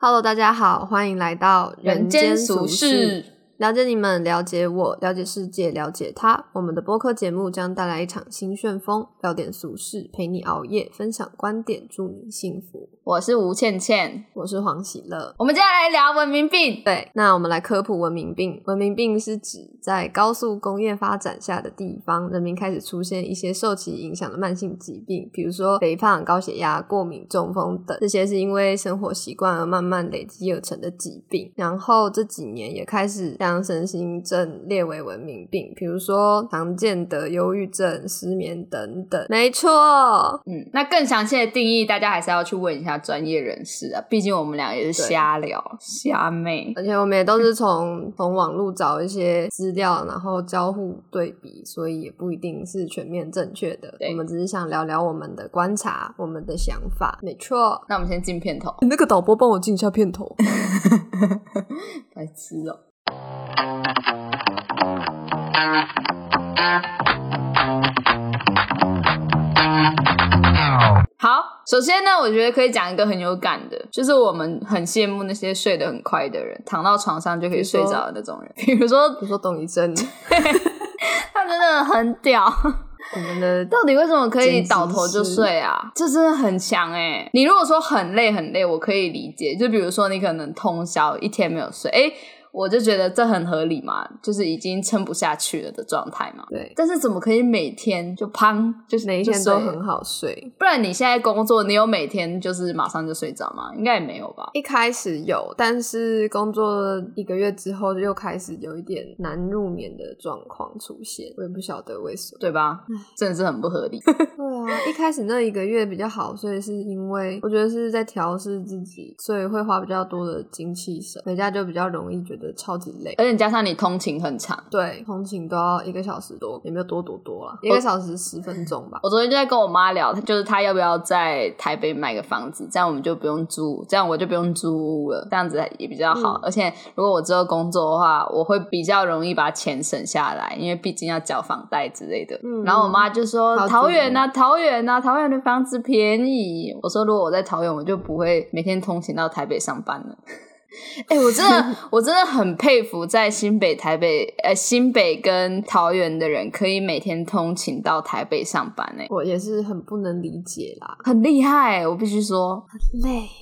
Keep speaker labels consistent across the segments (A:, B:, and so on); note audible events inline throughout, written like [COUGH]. A: Hello，大家好，欢迎来到
B: 人间俗
A: 事，
B: 事。
A: 了解你们，了解我，了解世界，了解他。我们的播客节目将带来一场新旋风，聊点俗事，陪你熬夜，分享观点，祝你幸福。
B: 我是吴倩倩，
A: 我是黄喜乐。
B: 我们接下来聊文明病。
A: 对，那我们来科普文明病。文明病是指在高速工业发展下的地方，人民开始出现一些受其影响的慢性疾病，比如说肥胖、高血压、过敏、中风等。这些是因为生活习惯而慢慢累积而成的疾病。然后这几年也开始将身心症列为文明病，比如说常见的忧郁症、失眠等等。没错，
B: 嗯，那更详细的定义，大家还是要去问一下专业人士啊。毕竟我们俩也是瞎聊瞎妹。
A: 而且我们也都是从从网络找一些资料，然后交互对比，所以也不一定是全面正确的。
B: 对
A: 我们只是想聊聊我们的观察，我们的想法。没错，
B: 那我们先进片头，
A: 那个导播帮我进一下片头。
B: 白痴哦。好，首先呢，我觉得可以讲一个很有感的，就是我们很羡慕那些睡得很快的人，躺到床上就可以睡着的那种人， [LAUGHS] 比如说
A: 比如说董一真，
B: 他真的很屌，
A: 我们的
B: [LAUGHS] 到底为什么可以
A: 简直是
B: 倒头就睡啊？这真的很强哎、你如果说很累很累，我可以理解，就比如说你可能通宵一天没有睡，哎、我就觉得这很合理嘛，就是已经撑不下去了的状态嘛。
A: 对，
B: 但是怎么可以每天就砰，就是
A: 每一天都很
B: 好？
A: 好睡。
B: 不然你现在工作，你有每天就是马上就睡着吗？应该也没有吧。
A: 一开始有，但是工作一个月之后，又开始有一点难入眠的状况出现，我也不晓得为什么。
B: 对吧？真的是很不合理。
A: 对啊，一开始那一个月比较好，所以是因为我觉得是在调试自己，所以会花比较多的精气神，回家就比较容易觉得超级累。
B: 而且加上你通勤很长，
A: 对，通勤都要一个小时多，也没有多多多啦，一个小时十分钟吧。
B: 我昨天就在跟我妈聊，就是她要不要在台北买个房子，这样我们就不用租，这样我就不用租屋了，这样子也比较好。
A: 嗯
B: 而且如果我之后工作的话，我会比较容易把钱省下来，因为毕竟要缴房贷之类的。
A: 嗯
B: 然后我妈就说
A: 好：“主
B: 桃园啊，桃园啊，桃园的房子便宜。”我说：“如果我在桃园，我就不会每天通勤到台北上班了。”哎、我
A: [LAUGHS]
B: 真的，我真的很佩服在新北、台北、呃新北跟桃园的人，可以每天通勤到台北上班、欸，
A: 我也是很不能理解啦，
B: 很厉害、我必须说，
A: 累。 [LAUGHS]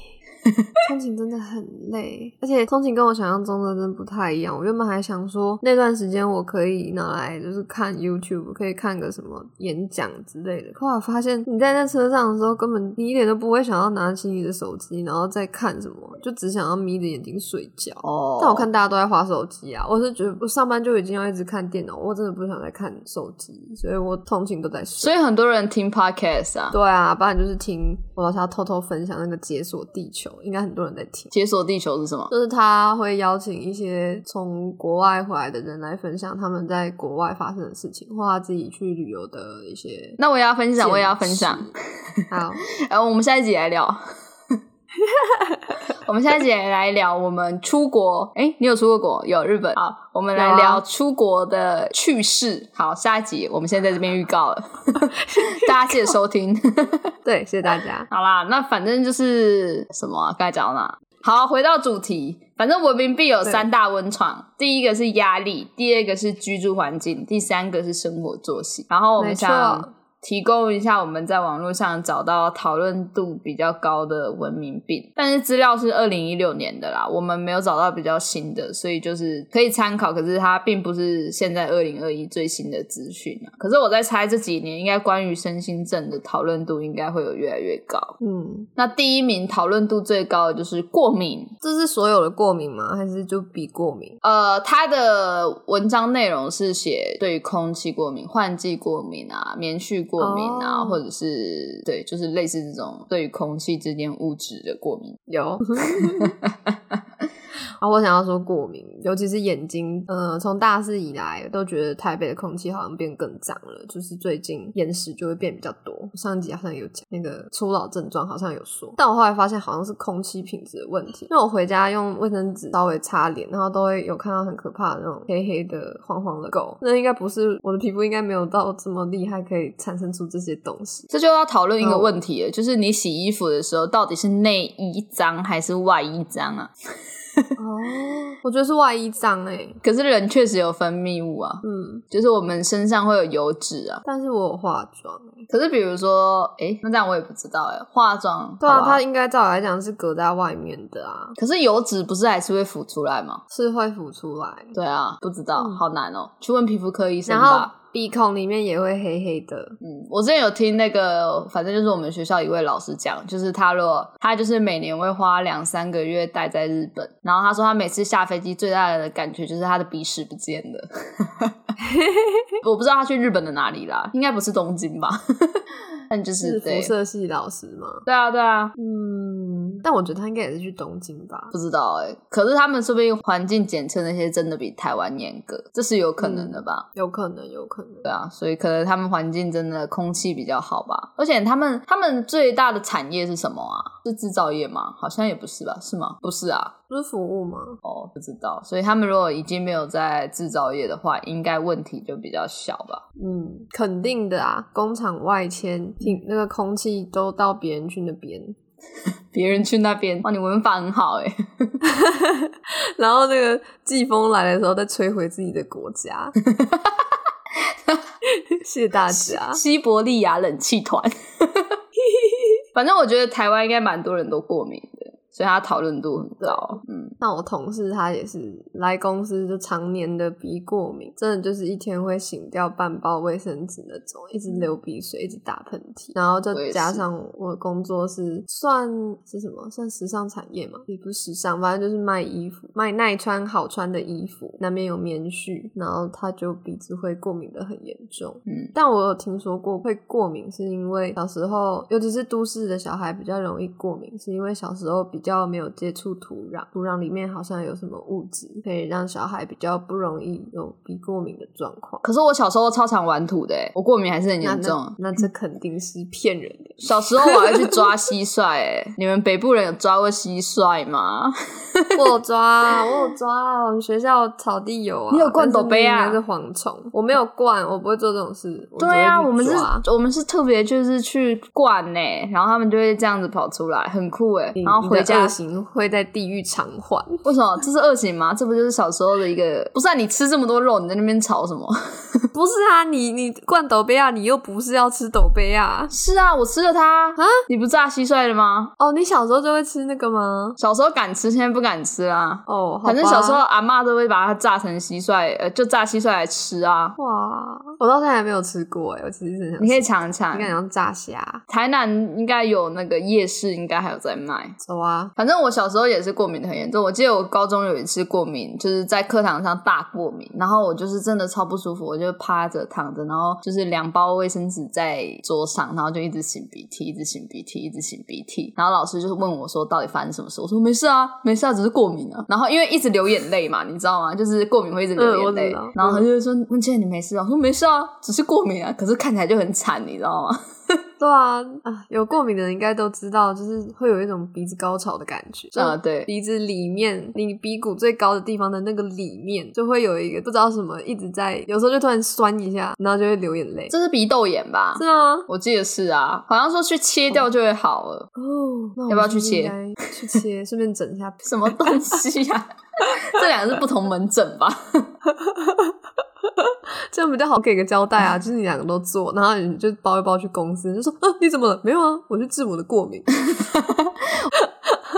A: 通勤真的很累，而且通勤跟我想象中的真的不太一样。我原本还想说那段时间我可以拿来就是看 YouTube，可以看个什么演讲之类的。后来发现你在那车上的时候，根本你一点都不会想要拿起你的手机，然后再看什么，就只想要眯着眼睛睡觉。
B: 哦
A: 但我看大家都在划手机啊，我是觉得我上班就已经要一直看电脑，我真的不想再看手机，所以我通勤都在睡。
B: 所以很多人听 podcast 啊，
A: 对啊，不然就是听我老师要偷偷分享那个解锁地球，应该很多人在听。
B: 解锁地球是什么？
A: 就是他会邀请一些从国外回来的人来分享他们在国外发生的事情，或他自己去旅游的一些。
B: 那我也要分享，我也要分享。。
A: 好，
B: 呃，我们下一集来
A: [LAUGHS]
B: 聊。我们下一集来聊我们出国。哎、你有出过国？有日本。好，我们
A: 有
B: 来
A: 啊
B: 聊出国的趣事。好，下一集我们现在在这边预
A: [LAUGHS]
B: 告了，大家记得收听。
A: 对，谢谢大家。
B: 好啦，那反正就是什么、啊？该讲到哪？好，回到主题。反正文明病有
A: 对
B: 三大温床，第一个是压力，第二个是居住环境，第三个是生活作息。然后我
A: 没
B: 们
A: 错
B: 想提供一下我们在网络上找到讨论度比较高的文明病，但是资料是二零一六年的啦，我们没有找到比较新的，所以就是可以参考，可是它并不是现在二零二一最新的资讯啊。可是我在猜这几年应该关于身心症的讨论度应该会有越来越高。
A: 嗯，
B: 那第一名讨论度最高的就是过敏。
A: 这是所有的过敏吗？还是就鼻过敏？
B: 呃，他的文章内容是写对于空气过敏、换季过敏啊、棉絮过敏啊
A: 哦
B: 或者是对，就是
A: [LAUGHS]
B: 类似这种对于空气之间物质的过敏。
A: 有，啊，我想要说过敏，尤其是眼睛，呃，从大四以来都觉得台北的空气好像变更脏了，就是最近眼屎就会变比较多。上一集好像有讲那个初老症状，好像有说，但我后来发现好像是空气品质的问题，因为我回家用卫生纸稍微擦脸，然后都会有看到很可怕的那种黑黑的、黄黄的垢，那应该不是我的皮肤应该没有到这么厉害，可以产生出这些东西。
B: 这就要讨论一
A: 哦
B: 个问题了，就是你洗衣服的时候，到底是内衣脏还是外衣脏啊？
A: 哦， [LAUGHS] 我觉得是外衣脏哎、欸，
B: 可是人确实有分泌物啊，
A: 嗯，
B: 就是我们身上会有油脂啊。
A: 但是我有化妆欸、
B: 可是比如说，诶，那这样我也不知道诶，化妆
A: 对啊，
B: 好吧
A: 它应该照理来讲是隔在外面的啊，
B: 可是油脂不是还是会浮出来吗？
A: 是会浮出来，
B: 对啊，不知道，
A: 嗯
B: 好难哦，去问皮肤科医生
A: 然后
B: 吧。
A: 鼻孔里面也会黑黑的，
B: 嗯，我之前有听那个，反正就是我们学校一位老师讲，就是他如果他就是每年会花两三个月待在日本，然后他说他每次下飞机最大的感觉就是他的鼻屎不见了。 [LAUGHS] 我不知道他去日本的哪里啦，应该不是东京吧？ [LAUGHS] 但就是
A: 是
B: 对
A: 辐射系老师吗？
B: 对啊对啊，
A: 嗯，但我觉得他应该也是去东京吧。
B: 不知道哎、可是他们说不定环境检测那些真的比台湾严格，这是有可能的吧？
A: 有可能，有可能。
B: 对啊，所以可能他们环境真的空气比较好吧。而且他们他们最大的产业是什么啊？是制造业吗？好像也不是吧？是吗？不是啊，
A: 不是服务吗？
B: 哦，不知道。所以他们如果已经没有在制造业的话，应该问题就比较小吧。
A: 嗯，肯定的啊，工厂外迁，品那个空气都到别人去那边， [LAUGHS]
B: 别人去那边，哇，你文法很好哎、
A: 然后那个季风来的时候再吹回自己的国
B: [LAUGHS]
A: 家。谢谢大家。
B: [LAUGHS] 西伯利亚冷气团。 [LAUGHS] 反正我觉得台湾应该蛮多人都过敏的，所以它讨论度很高。嗯，
A: 那我同事他也是来公司就常年的鼻过敏，真的就是一天会醒掉半包卫生纸那种，一直流鼻水，一直打喷嚏，然后就
B: 嗯我也是
A: 加上我工作是算是什么算时尚产业嘛，也不是时尚，反正就是卖衣服，卖耐穿好穿的衣服，那边有棉絮，然后他就鼻子会过敏的很严重。
B: 嗯，
A: 但我有听说过会过敏，是因为小时候，尤其是都市的小孩比较容易过敏，是因为小时候比较没有接触土壤，土壤里面好像有什么物质可以让小孩比较不容易有鼻过敏的状况。
B: 可是我小时候超常玩土的、欸，我过敏还是很
A: 那
B: 严重
A: 那。那这肯定是骗人
B: [LAUGHS]
A: 的。
B: 小时候我还去抓蟋蟀、欸，你们北部人有抓过蟋蟀吗？
A: 我有抓，我有抓，我们学校草地有啊。
B: 你有灌
A: 但是
B: 斗杯啊
A: 那应该是蝗虫，我没有灌，我不会做这种事。我只会
B: [LAUGHS] 对啊，
A: 去
B: 我们是
A: 抓，
B: 我们是特别就是去灌呢、然后他们就会这样子跑出来，很酷哎、
A: 你
B: 然后
A: 你
B: 回
A: 的
B: 家
A: 恶行会在地狱偿还。
B: 为什么这是恶行吗？这不就是小时候的一个？不是、啊、你吃这么多肉，你在那边吵什么？
A: 不是啊，你你灌斗杯啊，你又不是要吃斗杯啊。
B: [LAUGHS] 是啊，我吃了它啊！你不炸蟋蟀了吗？
A: 哦，你小时候就会吃那个吗？
B: 小时候敢吃，现在不敢吃啦。
A: 哦，好吧
B: 反正小时候阿嬷都会把它炸成蟋蟀，呃，就炸蟋蟀来吃啊。
A: 哇，我到现在还没有吃过哎，我其实很想吃。
B: 你可以尝尝
A: 应，该像炸虾，
B: 台南应该有那个夜市，应该还有在卖。
A: 走啊！
B: 反正我小时候也是过敏得很严重，我记得我高中有一次过敏，就是在课堂上大过敏，然后我就是真的超不舒服，我就趴着躺着，然后就是两包卫生纸在桌上，然后就一直擤鼻涕，一直擤鼻涕，一直擤鼻涕，然后老师就是问我说到底发生什么事，我说没事啊，没事啊，只是过敏啊。然后因为一直流眼泪嘛，你知道吗？就是过敏会一直流
A: 嗯我
B: 眼
A: 知
B: 泪，
A: 道
B: 然后他就说温倩你没事啊，我说没事啊，只是过敏啊，可是看起来就很惨，你知道吗？
A: 对啊，啊，有过敏的人应该都知道，就是会有一种鼻子高潮的感觉，就
B: [LAUGHS] 啊，对，
A: 鼻子里面，你鼻骨最高的地方的那个里面，就会有一个不知道什么一直在，有时候就突然酸一下，然后就会流眼泪，
B: 这是鼻窦炎吧？
A: 是吗？
B: 我记得是啊，好像说去切掉就会好了，
A: 哦，那我
B: 要不要
A: 是
B: 去
A: 是
B: 切
A: 应该去切，顺便整一下鼻。
B: 什么东西呀、
A: [LAUGHS]
B: 这两个是不同门诊吧？
A: 这样比较好给个交代
B: 嗯
A: 啊，就是你两个都做，然后你就包一包去公司，就说啊你怎么了？没有啊，我去治我的过
B: [LAUGHS]
A: 敏。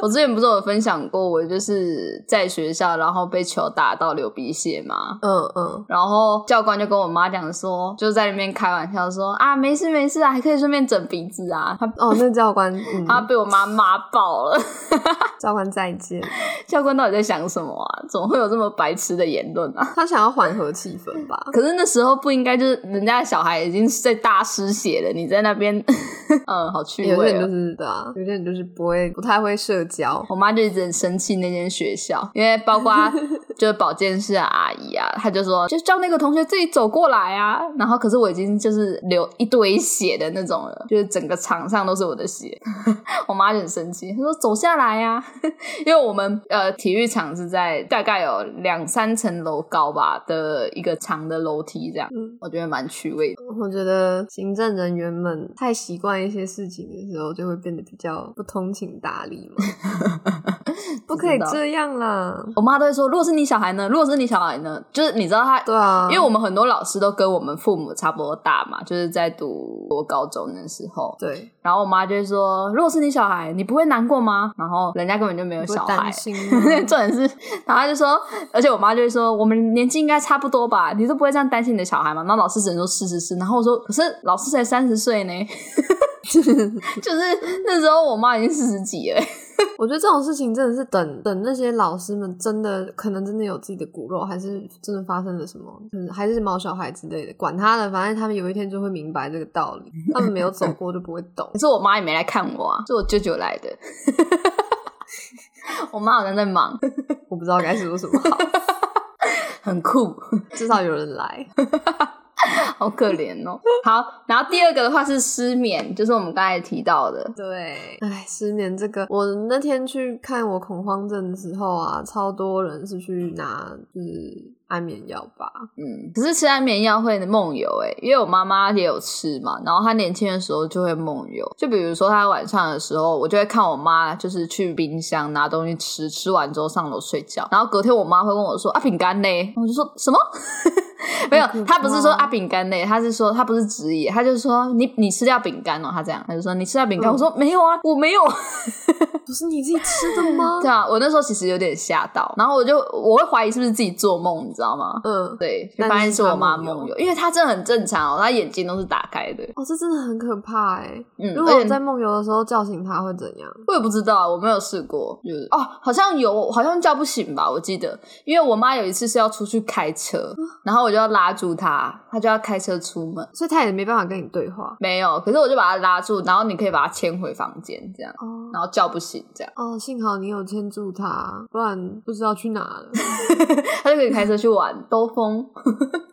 B: 我之前不是有分享过，我就是在学校，然后被球打到流鼻血嘛。
A: 嗯嗯，
B: 然后教官就跟我妈讲说，就在那边开玩笑说啊，没事没事啊，还可以顺便整鼻子啊。他
A: 哦，那教官，嗯，
B: 他被我妈骂爆了， [LAUGHS]
A: 教官再见。
B: 教官到底在想什么啊？怎么会有这么白痴的言论啊？
A: 他想要缓和气氛吧？
B: 可是那时候不应该，就是人家的小孩已经在大失血了，你在那边， [LAUGHS] 嗯，好趣
A: 有些
B: 味
A: 人
B: 哦、
A: 就是对啊，有些人就是不会不太会社交。
B: 我妈就一直很生气那间学校，因为包括就是保健室的阿姨啊，她就说就叫那个同学自己走过来啊。然后可是我已经就是流一堆血的那种了，就是整个场上都是我的血。 [LAUGHS] 我妈就很生气，她说走下来呀、 [LAUGHS] 因为我们呃体育场是在大概有两三层楼高吧的一个长的楼梯这样，
A: 嗯，
B: 我觉得蛮趣味的。
A: 我觉得行政人员们太习惯一些事情的时候，就会变得比较不通情达
B: [LAUGHS]
A: 理嘛。不可以
B: 不知道
A: 这样啦！
B: 我妈都会说，如果是你小孩呢？如果是你小孩呢？就是你知道她
A: 对啊，
B: 因为我们很多老师都跟我们父母差不多大嘛，就是在读我高中的时候，
A: 对
B: 然后我妈就会说：“如果是你小孩，你不会难过吗？”然后人家根本就没有
A: 你不
B: 小
A: 会
B: 孩
A: 担。心
B: [LAUGHS] 重
A: 吗
B: 点是，然后她就说，而且我妈就会说，我们年纪应该差不多吧，你都不会这样担心你的小孩嘛？然后老师只能说是是是，然后我说，可是老师才三十岁呢， [LAUGHS] 就是那时候我妈已经四十几了，
A: 我觉得这种事情真的是等等那些老师们真的可能真的有自己的骨肉，还是真的发生了什么，嗯，还是毛小孩之类的，管他的，反正他们有一天就会明白这个道
B: [LAUGHS]
A: 理。他们没有走过就不会懂
B: 可。是我妈也没来看我啊，是我舅舅来的， [LAUGHS] 我妈好像在忙，
A: 我不知道该说什么好，
B: 很酷。
A: 至少有人来。
B: 好可怜哦。好，然后第二个的话是失眠，就是我们刚才提到的，
A: 对，哎，失眠这个，我那天去看我恐慌症的时候啊，超多人是去拿就是安眠药吧，
B: 嗯，可是吃安眠药会梦游诶、因为我妈妈也有吃嘛，然后她年轻的时候就会梦游，就比如说她晚上的时候，我就会看我妈就是去冰箱拿东西吃，吃完之后上楼睡觉，然后隔天我妈会问我说啊饼干呢？我就说什么？ [LAUGHS] 没有
A: 好可，怕哦
B: 她不是说啊饼干呢，她是说她不是质疑，她就说你你吃掉饼干哦，她这样，她就说你吃掉饼干，
A: 嗯
B: 我说没有啊，我没有。
A: 不是你自己吃的吗？
B: [LAUGHS] 对啊，我那时候其实有点吓到，然后我就我会怀疑是不是自己做梦，你知道吗？
A: 嗯，
B: 对，
A: 那
B: 就发现
A: 是
B: 是我
A: 他
B: 妈
A: 梦游
B: 梦游，因为她真的很正常哦，她眼睛都是打开的。
A: 哦，这真的很可怕哎。
B: 嗯，
A: 如果
B: 而
A: 我
B: 且
A: 在梦游的时候叫醒他会怎样？
B: 我也不知道，我没有试过。就是哦，好像有，好像叫不醒吧，我记得，因为我妈有一次是要出去开车，然后我就要拉住她，她就要开车出门。
A: 所以他也没办法跟你对话。
B: 没有，可是我就把她拉住，然后你可以把她牵回房间，这样，
A: 哦
B: 然后叫不醒，这样，
A: 哦，幸好你有牵住他，不然不知道去哪了。 [LAUGHS]
B: 她就可以开车去玩兜风。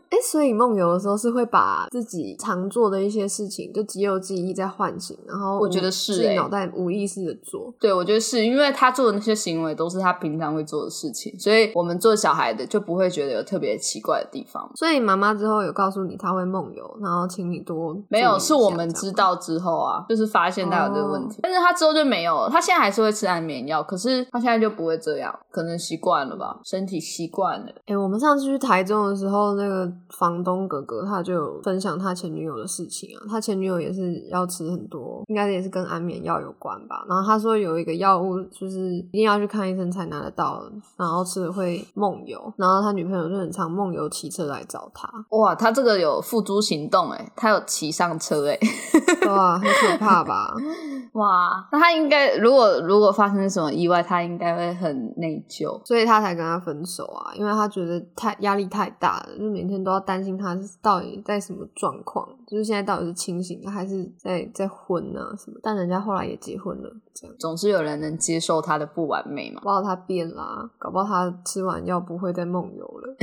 A: 哎，所以梦游的时候是会把自己常做的一些事情，就只有记忆在唤醒，然后
B: 我觉得
A: 无
B: 是
A: 自己
B: 欸
A: 脑袋无意识的做。
B: 对，我觉得是因为他做的那些行为都是他平常会做的事情，所以我们做小孩的就不会觉得有特别奇怪的地方。
A: 所以妈妈之后有告诉你她会梦游，然后请你多注意
B: 没
A: 一
B: 有，
A: 下
B: 是我们
A: 这
B: 知
A: 样哦吗。
B: 道之后啊，就是发现他有这个问题，但是他之后就没有了。他现在还是会吃安眠药，可是他现在就不会这样，可能习惯了吧，身体习惯了。
A: 哎、我们上次去台中的时候，那个房东哥哥他就有分享他前女友的事情啊，他前女友也是要吃很多，应该也是跟安眠药有关吧。然后他说有一个药物就是一定要去看医生才拿得到，然后吃了会梦游，然后他女朋友就很常梦游骑车来找他， [LAUGHS]
B: 哇，他这个有付诸行动哎，他有骑上车哎，
A: 对啊，很可怕吧？
B: [LAUGHS] 哇，那他应该如果如果发生什么意外，他应该会很内疚。
A: 所以他才跟他分手啊，因为他觉得太压力太大了，就每天都要担心他是到底在什么状况，就是现在到底是清醒的还是在在昏啊什么。但人家后来也结婚了，这样
B: 总是有人能接受他的不完美嘛。
A: 搞不好他变啦，搞不好他吃完药不会再梦游了。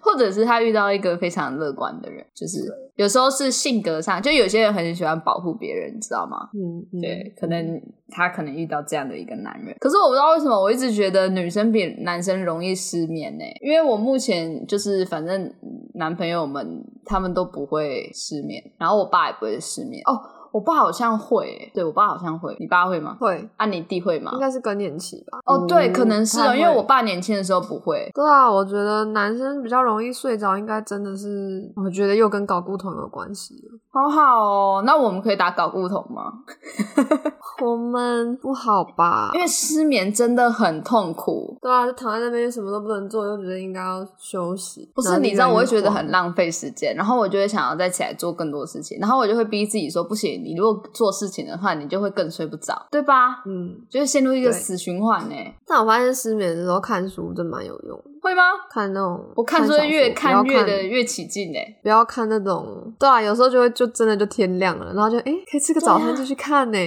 B: 或者是他遇到一个非常乐观的人，就是有时候是性格上，就有些人很喜欢保护别人，你知道吗？
A: 嗯，嗯
B: 对，可能他可能遇到这样的一个男人，可是我不知道为什么，我一直觉得女生比男生容易失眠呢、因为我目前就是反正男朋友们他们都不会失眠，然后我爸也不会失眠哦，我爸好像会、欸，对我爸好像会，你爸会吗？
A: 会
B: 啊，你弟会吗
A: 应？该是更年期吧？嗯
B: 哦，对，可能是哦，因为我
A: 不太会。
B: 爸年轻的时候不会，
A: 对啊，我觉得男生比较容易睡着，应该真的是，我觉得又跟睾固酮有关系了。
B: 好好哦，那我们可以打睾固酮吗？
A: 我们不好吧
B: 因？为失眠真的很痛苦，
A: 对啊，就躺在那边什么都不能做，又觉得应该要休息。
B: 不
A: 然
B: 是，
A: 后
B: 你知道
A: 在那
B: 我会
A: 边
B: 觉得
A: 晃
B: 很浪费时间，然后我就会想要再起来做更多事情，然后我就会逼自己说，不行，你如果做事情的话，你就会更睡不着，对吧？
A: 嗯。
B: 就会陷入一个
A: 对
B: 死循环呢、
A: 但我发现失眠的时候看书真蛮有用的，
B: 会吗？
A: 看那种
B: 我看
A: 书
B: 书会越
A: 看小
B: 看
A: 说
B: 越
A: 不要
B: 的越起劲呢、
A: 不要看那种，对啊，有时候就会就真的就天亮了，然后就哎、诶可以吃个早
B: 对
A: 餐
B: 啊
A: 就去看呢、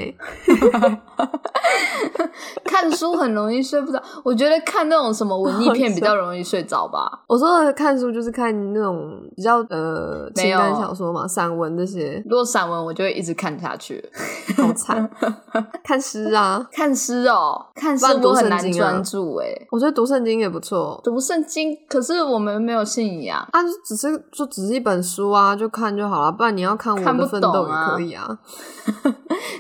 B: 看书很容易睡不着，我觉得看那种什么文艺片比较容易睡着吧。
A: 我说的看书就是看那种比较呃
B: 没
A: 情
B: 有，
A: 感小说嘛，散文这些
B: 如果散文，我就会一直看下去。
A: 好
B: [LAUGHS]
A: 惨。看诗啊，
B: 看诗哦，看诗
A: 不然读
B: 我很
A: 圣
B: 难
A: 经啊
B: 专注哎、
A: 我觉得读圣经也不错。
B: 读圣经，可是我们没有信仰，
A: 啊，就只是就只是一本书啊，就看就好了。不然你要看我
B: 看不
A: 的奋斗
B: 懂
A: 也
B: 啊
A: 可以啊。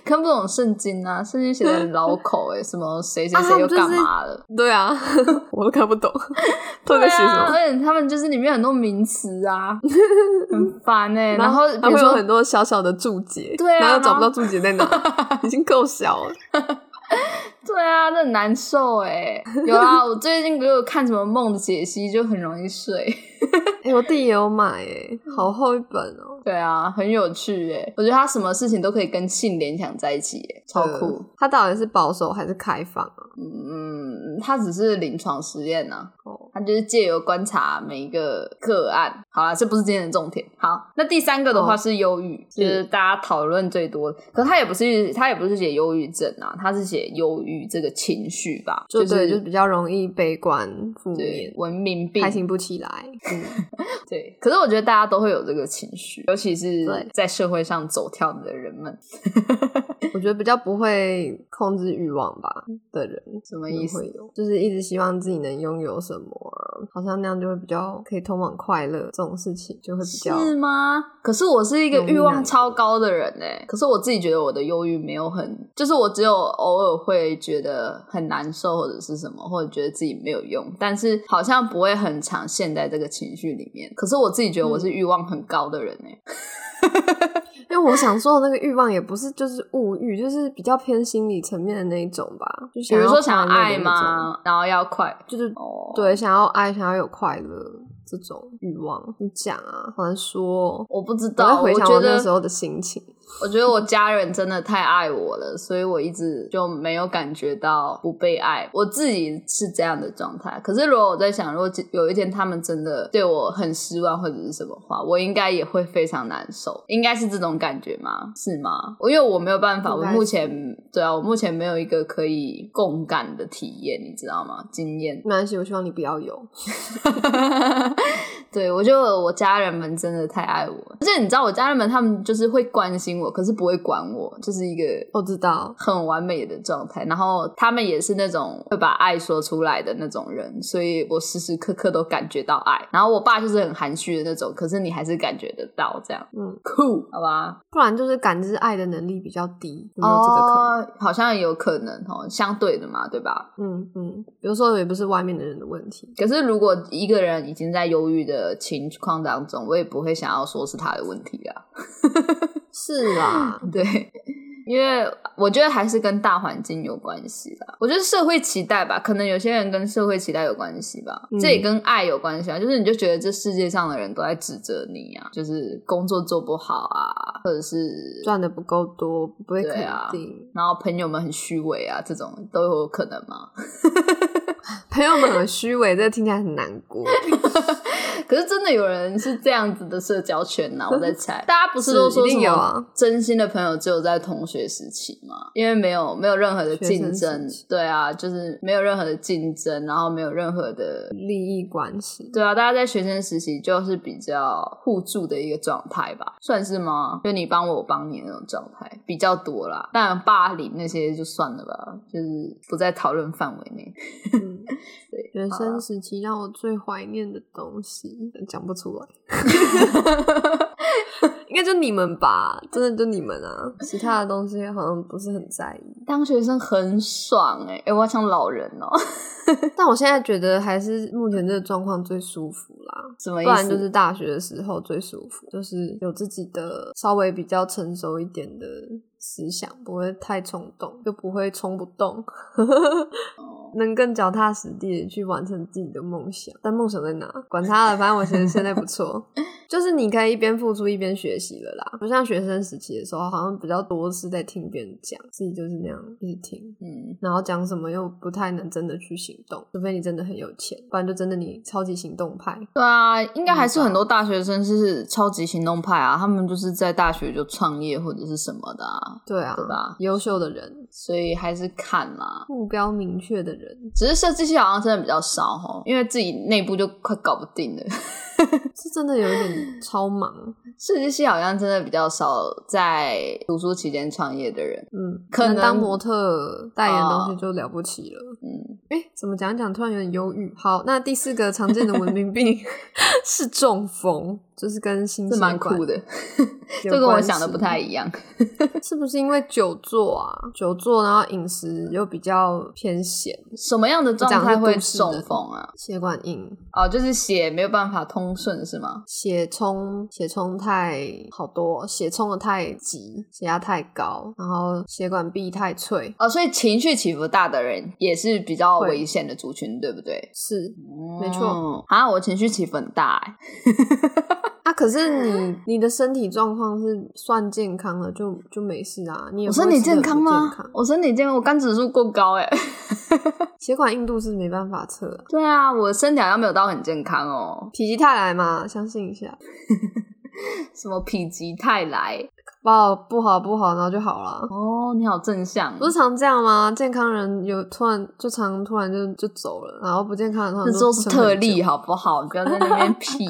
B: 看不懂圣经啊，圣经写的很老口
A: [LAUGHS]
B: 哎、什么谁谁
A: 啊
B: 谁又
A: 他们就
B: 干
A: 是
B: 嘛了？
A: 对啊， [LAUGHS] 我都看不懂， [LAUGHS] 到底在写什
B: 啊，
A: 么。
B: 而且他们就是里面很多名词
A: [LAUGHS]
B: 啊，很烦哎、然后比
A: 还
B: 如
A: 会有
B: 说
A: 很多小小的注解，
B: 对啊
A: 然后又找不到
B: 然后
A: 注解在哪， [LAUGHS] 已经够小了。
B: 对啊，那很难受哎、
A: [LAUGHS]
B: 有啊，我最近给我看什么梦的解析，就很容易睡。 [LAUGHS]
A: 哎、我弟也有买、欸，好厚一本哦、
B: 对啊，很有趣哎、我觉得他什么事情都可以跟性联想在一起、欸，超酷
A: 呃。他到底是保守还是开放啊？
B: 嗯，他只是临床实验呢、
A: 哦，
B: 他就是借由观察每一个个案。好啦，这不是今天的重点。好，那第三个的话
A: 哦
B: 是忧郁，
A: 是
B: 就是大家讨论最多的。可他也不是他也不是写忧郁症啊，他是写忧郁这个情绪吧，
A: 就对，
B: 是
A: 就是比较容易悲观、负
B: 对
A: 面、
B: 文明病
A: 开。心不起来。嗯，
B: 对，可是我觉得大家都会有这个情绪，尤其是
A: 对
B: 在社会上走跳的人们，
A: 我觉得比较不会控制欲望吧的人，
B: 什么
A: 可
B: 意
A: 能
B: 思
A: 会？有，就是一直希望自己能拥有什么啊，好像那样就会比较可以通往快乐，这种事情就会比较。
B: 是吗？可是我是一个欲
A: 容易
B: 望
A: 难
B: 超高的人哎、可是我自己觉得我的忧郁没有很，就是我只有偶尔会觉得很难受或者是什么，或者觉得自己没有用，但是好像不会很常陷在这个情绪里面。可是我自己觉得我是欲望很高的人哎、
A: 嗯因为我想说的那个欲望也不是就是物欲，就是比较偏心理层面的那一种吧，就
B: 比
A: 想
B: 如说
A: 要
B: 想要
A: 快乐的
B: 爱
A: 那种，
B: 吗？然后要快
A: 就是
B: 哦，
A: 对，想要爱，想要有快乐这种欲望，你讲啊，好难说哦、
B: 我不知
A: 我在
B: 道，
A: 回想
B: 觉
A: 我
B: 得
A: 那时候的心情，
B: 我觉得我家人真的太爱我了，所以我一直就没有感觉到不被爱。我自己是这样的状态。可是如果我在想，如果有一天他们真的对我很失望或者是什么话，我应该也会非常难受。应该是这种感觉吗？是吗？因为我没有办法，
A: 应
B: 我
A: 该是
B: 目前对啊，我目前没有一个可以共感的体验，你知道吗？经验。
A: 没关系，我希望你不要有。
B: [LAUGHS] 对，我就我家人们真的太爱我，而且你知道，我家人们他们就是会关心我，可是不会管我，就是一个
A: 我知道，
B: 很完美的状态。然后他们也是那种会把爱说出来的那种人，所以我时时刻刻都感觉到爱。然后我爸就是很含蓄的那种，可是你还是感觉得到这样。
A: 嗯，
B: 酷，好吧，
A: 不然就是感知爱的能力比较低，有没有这个可能？
B: 哦，好像有可能哦，相对的嘛，对吧？
A: 嗯嗯，有时候也不是外面的人的问题。
B: 可是如果一个人已经在忧郁的情况当中，我也不会想要说是他的问题啊。
A: 是
B: [LAUGHS]
A: 啦，
B: 对，因为我觉得还是跟大环境有关系啦。我觉得社会期待吧，可能有些人跟社会期待有关系吧，
A: 嗯
B: 这也跟爱有关系啊。就是你就觉得这世界上的人都在指责你啊，就是工作做不好啊，或者是
A: 赚的不够多，不被
B: 对
A: 肯
B: 啊
A: 定， [LAUGHS]
B: 然后朋友们很虚伪啊，这种都有可能吗？
A: 朋友们很虚伪，这听起来很难
B: [LAUGHS]
A: 过。
B: 可是真的有人是这样子的社交圈呐、我
A: [LAUGHS]
B: 在猜，大家不是
A: 是
B: 都说
A: 一
B: 什
A: 定
B: 么
A: 有啊
B: 真心的朋友只有在同学时期嘛？因为没有没有任何的
A: 学
B: 竞
A: 生时
B: 争
A: 期，
B: 对啊，就是没有任何的竞争，然后没有任何的。
A: 利益关
B: [LAUGHS]
A: 系，
B: 对啊，大家在学生时期就是比较互助的一个状态吧，算是吗？就你帮我，我帮你的那种状态比较多啦。但霸凌那些就算了吧，就是不在讨论范围内。
A: 嗯，
B: 对，
A: 学
B: 好啊
A: 生时期让我最怀念的东西，呃讲不出来， [LAUGHS] 应该就你们吧，真的就你们啊，其他的东西好像不是很在意。 [LAUGHS]
B: 当学生很爽哎、欸，哎、我好像老人哦、 [LAUGHS]
A: 但我现在觉得还是目前这个状况最舒服啦，
B: 什么
A: 不
B: 意思？
A: 然就是大学的时候最舒服，就是有自己的稍微比较成熟一点的思想，不会太冲动，又不会冲不动。 [LAUGHS] 能更脚踏实地的去完成自己的梦想。但梦想在哪？管他了，反正我觉得现在不错， [LAUGHS] 就是你可以一边付出一边学习了啦。不像学生时期的时候，好像比较多是在听别人讲，自己就是那样一直听，
B: 嗯，
A: 然后讲什么又不太能真的去行动，除非你真的很有钱，不然就真的你超级行动派。
B: 对啊，应该还是很
A: 嗯
B: 多大学生是超级行动派啊，他们就是在大学就创业或者是什么的啊，
A: 对啊，
B: 对吧
A: 优秀的人，
B: 所以还是看啦。
A: 目标明确的人，
B: 只是设计系好像真的比较少哦，因为自己内部就快搞不定了。
A: 是真的有一
B: [LAUGHS]
A: 点超忙。
B: 设计系好像真的比较少在读书期间创业的人。
A: 嗯，
B: 可能
A: 当模特代言东
B: 哦
A: 西就了不起了。
B: 嗯，
A: 哎、怎么讲一讲，突然有点忧郁。好，那第四个常见的文明
B: [LAUGHS]
A: 病是中风，就是跟心
B: 这
A: 血
B: 蛮
A: 管
B: 酷的， [LAUGHS]
A: 有
B: 这跟我
A: 关
B: 想的
A: 系
B: 不太一样。
A: 是不是因为久坐啊？久坐，然后饮食又比较偏咸，
B: 什么样的状态会中风啊？
A: 血管硬，
B: 哦，就是血没有办法通顺是吗？
A: 血冲血冲太好多，血冲的太急，血压太高，然后血管壁太脆，
B: 哦，所以情绪起伏大的人也是比较
A: 会
B: 危险的族群，对不对？
A: 是没错
B: 哦啊，我情绪起伏很大、欸，
A: 啊，可是你你的身体状况是算健康了，就就没事啊。你也
B: 我
A: 不会
B: 身体
A: 吃得
B: 健
A: 很
B: 康
A: 不
B: 吗？
A: 健康
B: 我身体健康，我肝指数过高哎、
A: 血管硬度是没办法测、啊，
B: [LAUGHS] 对啊，我身体好像没有到很健康哦，
A: 否极泰来嘛，相信一下，
B: 什么否极泰来
A: 不好不好不好，然后就好了。
B: 哦，你好正向，
A: 不是常这样吗？健康人有突然就常突然就就走了，然后不健康的通常
B: 那
A: 都
B: 时候是
A: 撑
B: 特
A: 很久
B: 例，，啊好不好？你不要在那边
A: [LAUGHS]
B: 屁。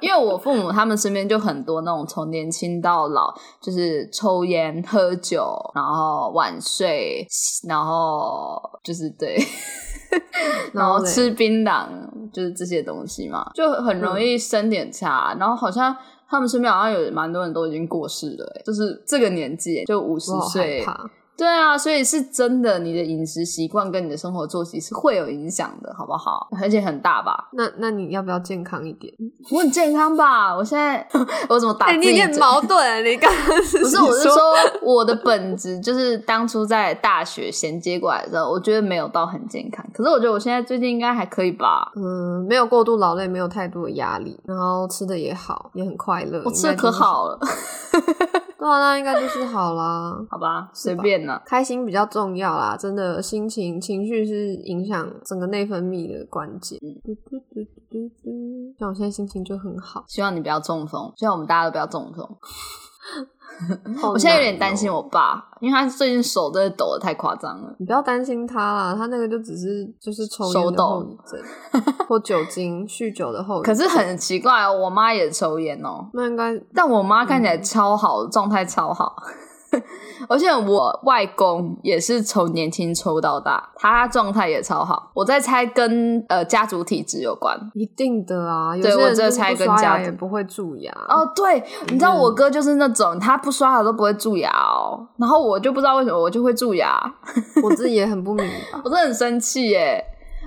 B: 因为我父母他们身边就很多那种从年轻到老，就是抽烟、喝酒，然后晚睡，然后就是对， [LAUGHS] 然
A: 然后
B: 后
A: 嘞
B: 吃槟榔，就是这些东西嘛，就很容易身点差。然后好像他们身边好像有蛮多人都已经过世了、欸，就是这个年纪就五十
A: 我好害
B: 岁，
A: 怕。
B: 对啊，所以是真的，你的饮食习惯跟你的生活作息是会有影响的，好不好？而且很大吧？
A: 那那你要不要健康一点？
B: 我很健康吧？我现在 [LAUGHS] 我怎么打
A: 哎、
B: 自
A: 你有
B: 己
A: 点
B: 嘴？
A: 矛盾，你刚 [LAUGHS] 刚是
B: 不是，我是
A: 说
B: 说我的本质就是当初在大学衔接过来的时候，我觉得没有到很健康。可是我觉得我现在最近应该还可以吧？
A: 嗯，没有过度劳累，没有太多的压力，然后吃的也好，也很快乐。
B: 我
A: 应
B: 吃
A: 该
B: 的
A: 就
B: 可
A: 是，[LAUGHS]
B: 好了，
A: 对啊，那应该就是好啦。 [LAUGHS]
B: 好吧，随
A: 吧
B: 便啦。
A: 开心比较重要啦，真的，心情情绪是影响整个内分泌的关键。嘟嘟嘟嘟嘟嘟像我现在心情就很好，
B: 希望你不要中风，希望我们大家都不要中风。
A: 好
B: 啊我现在有
A: 难
B: 点担心
A: 哦，
B: 我爸，因为他最近手真的抖的太夸张了。
A: 你不要担心他啦，他那个就只是就是抽
B: 手
A: 烟的
B: 抖
A: 后遗症，或酒精酗酒的后遗
B: 可
A: 症。
B: 是很奇怪、哦，我妈也抽烟哦，
A: 那应该
B: 但我妈看起来超好，状态超好。 [LAUGHS] 而且我外公也是从年轻抽到大，他状态也超好。我在猜跟呃家族体质有关。
A: 一定的啊，有
B: 对
A: 些
B: 我
A: 人
B: 这
A: 就是
B: 才
A: 不
B: 跟
A: 刷牙
B: 家
A: 也
B: 族
A: 不会蛀牙
B: 哦，，对，你知道我哥就是那种他不刷牙都不会蛀牙哦，然后我就不知道为什么我就会蛀牙，
A: 我自己也很不明白。 [LAUGHS]
B: 我真的很生气耶。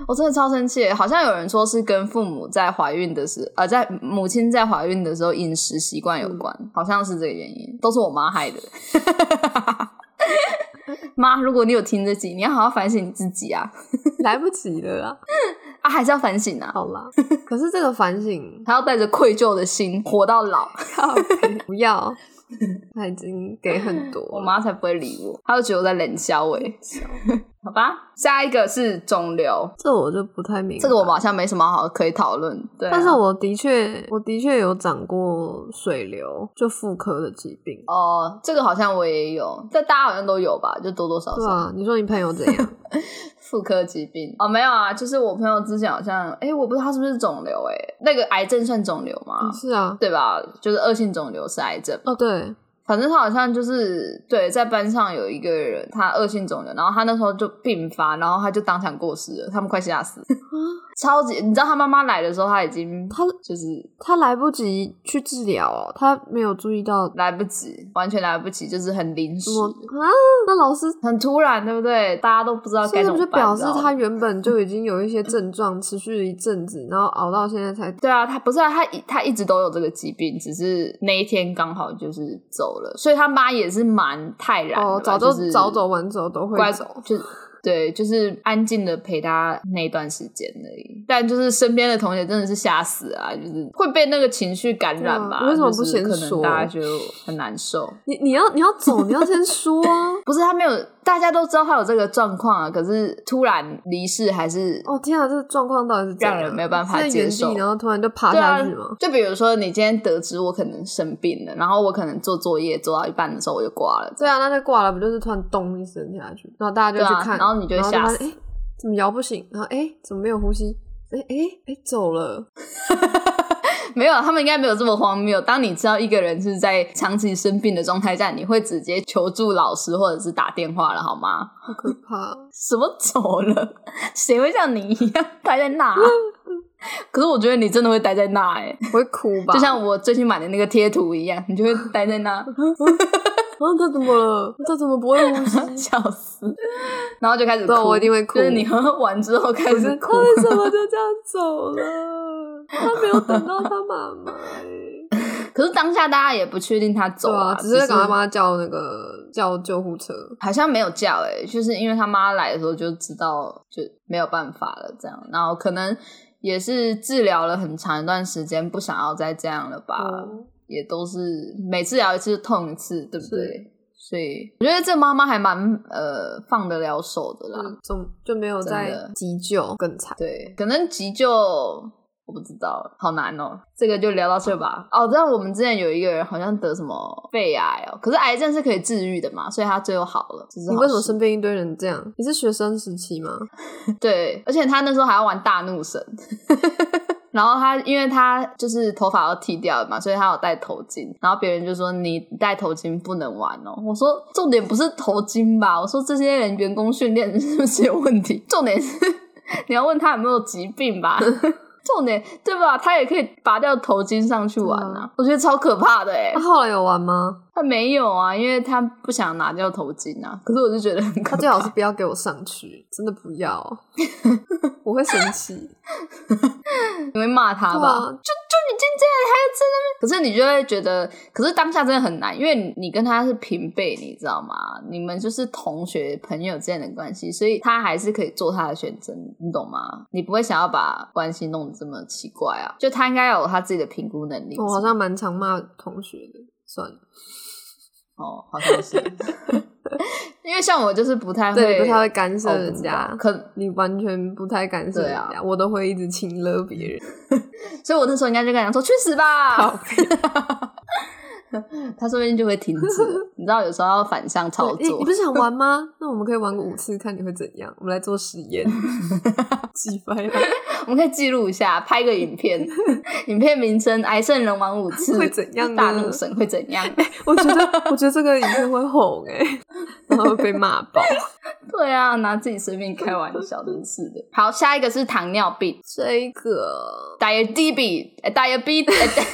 B: 我真的超生气耶，好像有人说是跟父母在怀孕的时，呃，在母亲在怀孕的时候饮食习惯有关，
A: 嗯
B: 好像是这个原因，都是我妈害的。 [LAUGHS] 妈，如果你有听这集，你要好好反省你自己啊！
A: 来不及了啦，
B: 啊，还是要反省啊，
A: 好啦。可是这个反省
B: 还要带着愧疚的心活到老。
A: 靠北不要，他已经给很多了。
B: 我妈才不会理我，她就觉得我在冷笑哎。 [LAUGHS] 好吧，下一个是肿瘤，
A: 这我就不太明白。
B: 这个我们好像没什么好可以讨论。对啊、
A: 但是我的确，我的确有长过水流，就妇科的疾病。
B: 哦，这个好像我也有，这大家好像都有吧，就多多少
A: 对
B: 少
A: 啊，你说你朋友怎
B: [LAUGHS]
A: 样？
B: 妇科疾病哦，没有啊，就是我朋友之前好像，哎，我不知道他是不是肿瘤，哎，那个癌症算肿瘤吗？
A: 是啊，
B: 对吧？就是恶性肿瘤是癌症，
A: 哦对，
B: 反正他好像就是对，在班上有一个人他恶性肿瘤，然后他那时候就病发，然后他就当场过世了，他们快吓死了， [LAUGHS] 超级，你知道他妈妈来的时候，他已经
A: 啊他
B: 就是
A: 他来不及去治疗哦，他没有注意到
B: 来不及，完全来不及，就是很临时
A: 怎。么啊？那老师
B: 很突然，对不对？大家都不知道该
A: 是
B: 怎
A: 不
B: 么
A: 是
B: 办。
A: 表
B: 你
A: 示
B: 知道吗
A: 他原本就已经有一些症状，持续了一阵子，然后熬到现在才？
B: 对啊，他 [LAUGHS] 不是、啊、他一他一直都有这个疾病，只是那一天刚好就是走了，所以他妈也是蛮泰然的吧
A: 哦，早就
B: 就是
A: 早走晚走都会
B: 乖
A: 走，
B: 就是对，就是安静的陪他那一段时间而已。但就是身边的同学真的是吓死啊，就是会被那个情绪感染吧？
A: 对啊为什么不
B: 就是
A: 先
B: 可能
A: 说
B: 大家觉得很难受。
A: 你你要你要走，你要
B: [LAUGHS]
A: 先说啊！
B: 不是他没有，大家都知道他有这个状况啊，可是突然离世还是
A: 哦天啊，这个状况到底是怎样
B: 让人没有办法
A: 是在
B: 接
A: 原
B: 受
A: 地，然后突然就爬
B: 对
A: 下
B: 啊
A: 去吗？，
B: 就比如说你今天得知我可能生病了，然后我可能做作业做到一半的时候我就挂了，
A: 对啊，那就挂了，不就是突然咚一声下去，然后大家就
B: 对啊
A: 去看，
B: 然后你就会
A: 然后就
B: 吓
A: 发
B: 死
A: 现哎，怎么摇不醒？然后哎，怎么没有呼吸？哎哎哎，走了，
B: 没有，啊他们应该没有这么荒谬。当你知道一个人是在长期生病的状态下，你会直接求助老师或者是打电话了，好吗？
A: 好可怕！啊
B: 什么走了？谁会像你一样待在那？啊 [LAUGHS] 可是我觉得你真的会待在那、欸，
A: 我会哭吧？
B: [LAUGHS] 就像我最近买的那个贴图一样，你就会待在那，
A: 啊，
B: [LAUGHS]
A: 他怎么了？他怎么不会呼吸？
B: 笑死，然后就开始哭，
A: 对啊我一定会哭
B: 就是你喝完之后开
A: 我是
B: 始
A: 哎
B: 哭
A: 他，为什么就这样走 [LAUGHS] 了？他没有等到他妈妈、欸，
B: 可是当下大家也不确定他走
A: 对
B: 了、
A: 啊，只是赶快帮他叫那个叫救护车。
B: 好像没有叫诶、就是因为他妈来的时候就知道就没有办法了，这样，然后可能也是治疗了很长一段时间，不想要再这样了吧，
A: 哦
B: 也都是每治疗一次痛一次，对不
A: 是
B: 对？所以我觉得这妈妈还蛮呃放得了手的啦，
A: 就总就没有
B: 真
A: 再
B: 的
A: 急救，更惨。
B: 对，可能急救我不知道，好难哦。这个就聊到这吧。哦，知道我们之前有一个人好像得什么肺癌哦，可是癌症是可以治愈的嘛，所以他最后好了。这是
A: 你
B: 好
A: 为什么
B: 事
A: 身边一堆人这样？你是学生时期吗？
B: 对，而且他那时候还要玩大怒神， [LAUGHS] 然后他因为他就是头发要剃掉了嘛，所以他有戴头巾。然后别人就说你戴头巾不能玩哦。我说重点不是头巾吧，我说这些人员工训练 [LAUGHS] 是不是有问题？重点是你要问他有没有疾病吧。 [LAUGHS] 重点对吧？他也可以拔掉头巾上去玩
A: 对
B: 啊，我觉得超可怕的哎、
A: 他后来有玩 [LAUGHS] 吗？
B: 他没有啊，因为他不想拿掉头巾啊。可是我就觉得很可
A: 他
B: 怕。
A: 最好是不要给我上去，真的不要， [LAUGHS] 我会生 [LAUGHS] 气。
B: 你会骂他
A: 对
B: 吧？
A: 啊
B: 就就已经这样，你还要在那边。可是你就会觉得，可是当下真的很难，因为你你跟他是平辈，你知道吗？你们就是同学朋友之间的关系，所以他还是可以做他的选择，你懂吗？你不会想要把关系弄得这么奇怪啊？就他应该有他自己的评估能力。
A: 我好像蛮常骂同学的，算了，
B: 哦，好像是， [LAUGHS] 因为像我就是不太会，
A: 对，不太会干涉
B: 哦
A: 人家。
B: 不知道可
A: 你完全不太干涉人
B: 对啊
A: 家，我都会一直请了别人。
B: 所以我那时候应该就跟他讲说去死吧，
A: 好，
B: [LAUGHS] 他说不定就会停止了。你知道有时候要反向操
A: 你
B: 作
A: 你不，是想玩吗？
B: [LAUGHS]
A: 那我们可以玩个五次，看你会怎样。我们来做实验，几掰了
B: 我们可以记录一下，拍个影
A: [LAUGHS]
B: 片，影片名称《癌症人玩五次
A: 会怎样呢
B: 大怒神会怎样？ [LAUGHS]
A: 我觉得，我觉得这个影片会红哎、然后被骂爆。
B: 对啊，拿自己生命开玩笑，真是的。好，下一个是糖尿病
A: 这个
B: ，diabetes，呃 diabetes，呃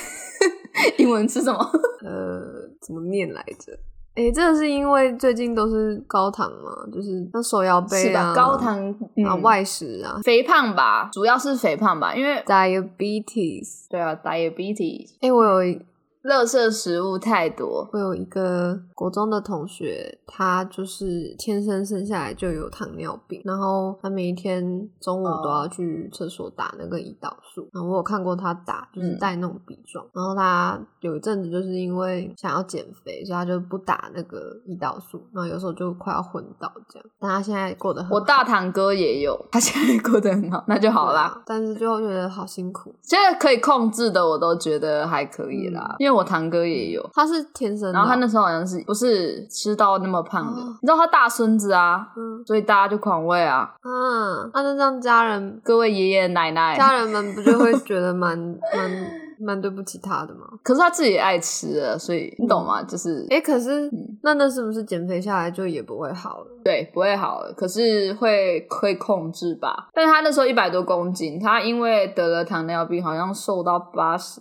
B: [LAUGHS] 英文是什么？
A: 呃，怎么念来着？哎、这个是因为最近都是高糖嘛，就是像手摇
B: 是
A: 杯啊、
B: 吧？高糖
A: 啊、
B: 嗯
A: 外食啊
B: 肥胖吧，主要是肥胖吧，因为
A: ，diabetes。
B: 对啊，diabetes，
A: 哎、我有一
B: 垃圾食物太多，
A: 我有一个国中的同学，他就是天生生下来就有糖尿病，然后他每一天中午都要
B: 哦
A: 去厕所打那个胰岛素。然后我有看过他打，就是
B: 嗯
A: 带那种笔状。然后他有一阵子就是因为想要减肥，所以他就不打那个胰岛素，然后有时候就快要昏倒这样。但他现在过得很好，
B: 我大堂哥也有，他现在过得很好，那就好啦。
A: 对啊，但是就觉得好辛苦。
B: 现在可以控制的，我都觉得还可以
A: 嗯
B: 啦。因为我堂哥也有，
A: 他是天生的哦，
B: 然后他那时候好像是不是吃到那么胖的？
A: 哦
B: 你知道他大孙子啊，
A: 嗯
B: 所以大家就狂喂啊，
A: 啊，那那这样家人
B: 各位爷爷奶奶。
A: 家人们不就会觉得蛮蛮蛮对不起他的吗？
B: 可是他自己也爱吃了，所以你懂吗？就是
A: 哎、可是、
B: 嗯
A: 那那是不是减肥下来就也不会好了？
B: 对不会好了，可是会会控制吧。但是他那时候一百多公斤，他因为得了糖尿病，好像瘦到八十。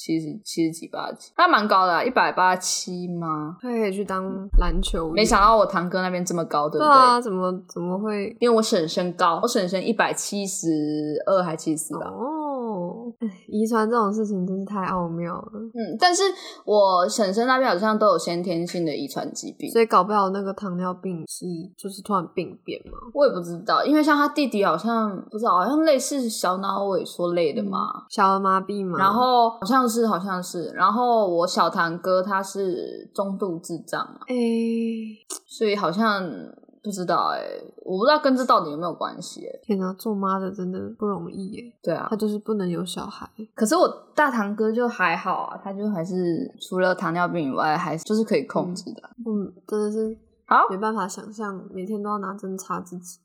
B: 七十七十几八十几，他蛮高的、啊，一百八七吗？
A: 他可以去当篮球员
B: 嗯没想到我堂哥那边这么高，
A: 对
B: 对不对？
A: 啊，怎么怎么会？
B: 啊因为我婶婶高，我婶婶一百七十二还七十吧，
A: 哦，哎遗传这种事情真是太奥妙了，
B: 嗯，但是我婶婶那边好像都有先天性的遗传疾病，
A: 所以搞不好那个糖尿病是就是突然病变嘛。
B: 我也不知道，因为像他弟弟好像不知道，好像类似小脑萎缩类的嘛。
A: 小儿麻痹嘛，
B: 然后好像是好像是，然后我小堂哥他是中度智障嘛，
A: 诶、
B: 所以好像不知道哎、我不知道跟这到底有没有关系哎、
A: 天哪，做妈的真的不容易耶，
B: 对啊
A: 她，就是不能有小孩，
B: 可是我大堂哥就还好啊，他就还是除了糖尿病以外，还是就是可以控制的。啊
A: 嗯，真的是
B: 好，
A: 没办法想象，每天都要拿针插自己。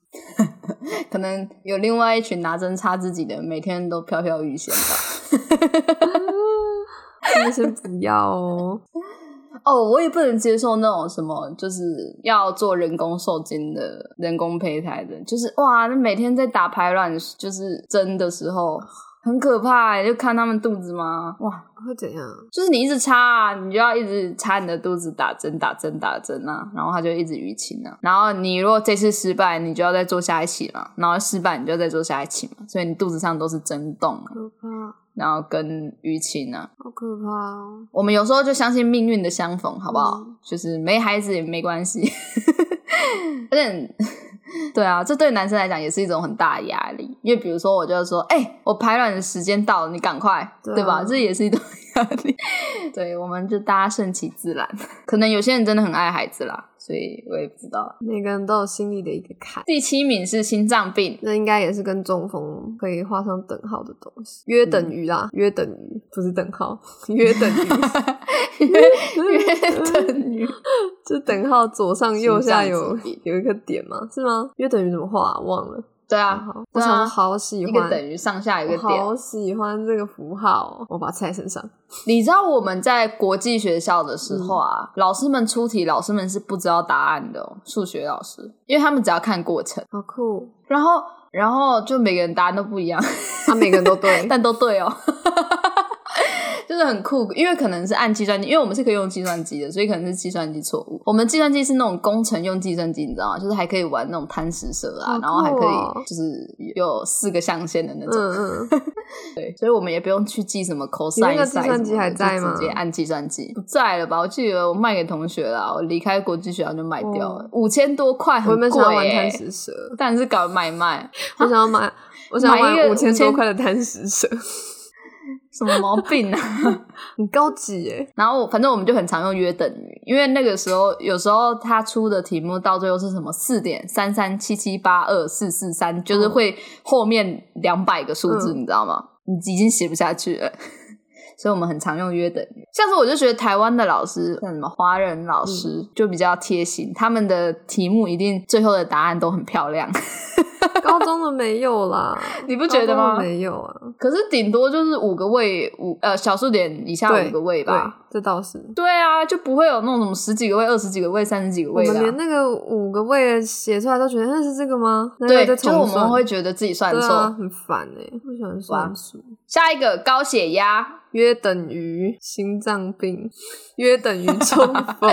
B: 可能有另外一群拿针插自己的，每天都飘飘欲仙吧。
A: 真的先不要哦，
B: 哦，我也不能接受那种什么，就是要做人工受精的、人工胚胎的，就是哇，那每天在打排卵就是针的时候。很可怕、欸，就看他们肚子吗？哇，
A: [LAUGHS] 会怎样？
B: 就是你一直插、啊，你就要一直插你的肚子打针、打针、打针啊，然后它就一直淤青啊。然后你如果这次失败，你就要再做下一期嘛，然后失败你就要再做下一期嘛，所以你肚子上都是针洞啊。
A: 可怕，
B: 然后跟淤青啊，
A: 好可怕哦！
B: 我们有时候就相信命运的相逢，好不好？
A: 嗯
B: 就是没孩子也没关系， [LAUGHS] 而且。 [LAUGHS] 对啊，这对男生来讲也是一种很大的压力，因为比如说，我就会说，哎、我排卵的时间到了，你赶快，
A: 对啊
B: 对吧？这也是一种压力。 [LAUGHS] 对，我们就大家顺其自然。可能有些人真的很爱孩子啦，所以我也不知道。
A: 每个人都有心里的一个坎，
B: 第七名是心脏病，
A: 那应该也是跟中风可以画上等号的东西，约等于
B: 嗯
A: 啦，约等于不是等号， [LAUGHS] 约等于
B: [LAUGHS] 约等
A: [LAUGHS]
B: 于
A: 就等号左上右下有
B: 心脏疾病
A: 有一个点嘛，是吗？约等于怎么画啊、忘了。
B: 对啊，
A: 好，我
B: 对啊
A: 想说好喜
B: 一
A: 欢
B: 个，等于上下有一
A: 我
B: 个点，
A: 好喜欢这个符号、哦，我把它刺在身上。
B: 你知道我们在国际学校的时候
A: 嗯
B: 啊，老师们出题，老师们是不知道答案的、哦，数学老师，因为他们只要看过程，
A: 好酷！
B: 然后然后就每个人答案都
A: [LAUGHS]
B: 不一样，
A: 他、每个人都对，
B: [LAUGHS] 但都对哦。就是很酷，因为可能是按计算机，因为我们是可以用计算机的，所以可能是计算机错误。我们计算机是那种工程用计算机，你知道吗？就是还可以玩那种贪食蛇啊，
A: 好酷哦
B: 然后还可以就是有四个象限的那种。
A: 嗯嗯，
B: 所以我们也不用去记什么 cos
A: 你那个计算机还在吗
B: 直接按计算机不在了吧？我记得我卖给同学了，我离开国际学校就卖掉了，五千多块
A: 哦我
B: 很
A: 原本
B: 贵
A: 想要玩贪
B: 耶、
A: 食蛇，
B: 但是搞买卖，
A: 我想要买， [LAUGHS] 我想要
B: 啊买一
A: 买
B: 个
A: 五千多
B: 5000
A: 块的贪食
B: [LAUGHS]
A: 蛇，
B: 什么毛病啊？
A: 很高级耶。
B: 然后我反正我们就很常用约等于，因为那个时候有时候他出的题目到最后是什么四点三三七七八二四四三，就是会后面两百个数字，
A: 嗯
B: 你知道吗？你已经写不下去了。 [LAUGHS] 所以我们很常用约等于，像是我就觉得台湾的老师，像什么华人老师、就比较贴心，他们的题目一定最后的答案都很漂亮，
A: [LAUGHS] 高中的没有啦，
B: 你 [LAUGHS] 不觉得
A: 高
B: 吗
A: 中的没有啊，
B: 哦可是顶多就是五个位五呃小数点以下
A: 对
B: 五个位吧，
A: 对，这倒是。
B: 对啊，就不会有那种什么十几个位、二十几个位、三十几个
A: 我
B: 位的
A: 们
B: 啊、
A: 连那个五个位写出来都觉得那是这个吗？那
B: 对，
A: 在
B: 就是
A: 重
B: 我
A: 算
B: 们会觉得自己算
A: 对
B: 错。
A: 啊，很烦哎，不喜欢算数。
B: 下一个高血压，
A: 约等于心脏病，约等于中
B: [LAUGHS]
A: 风。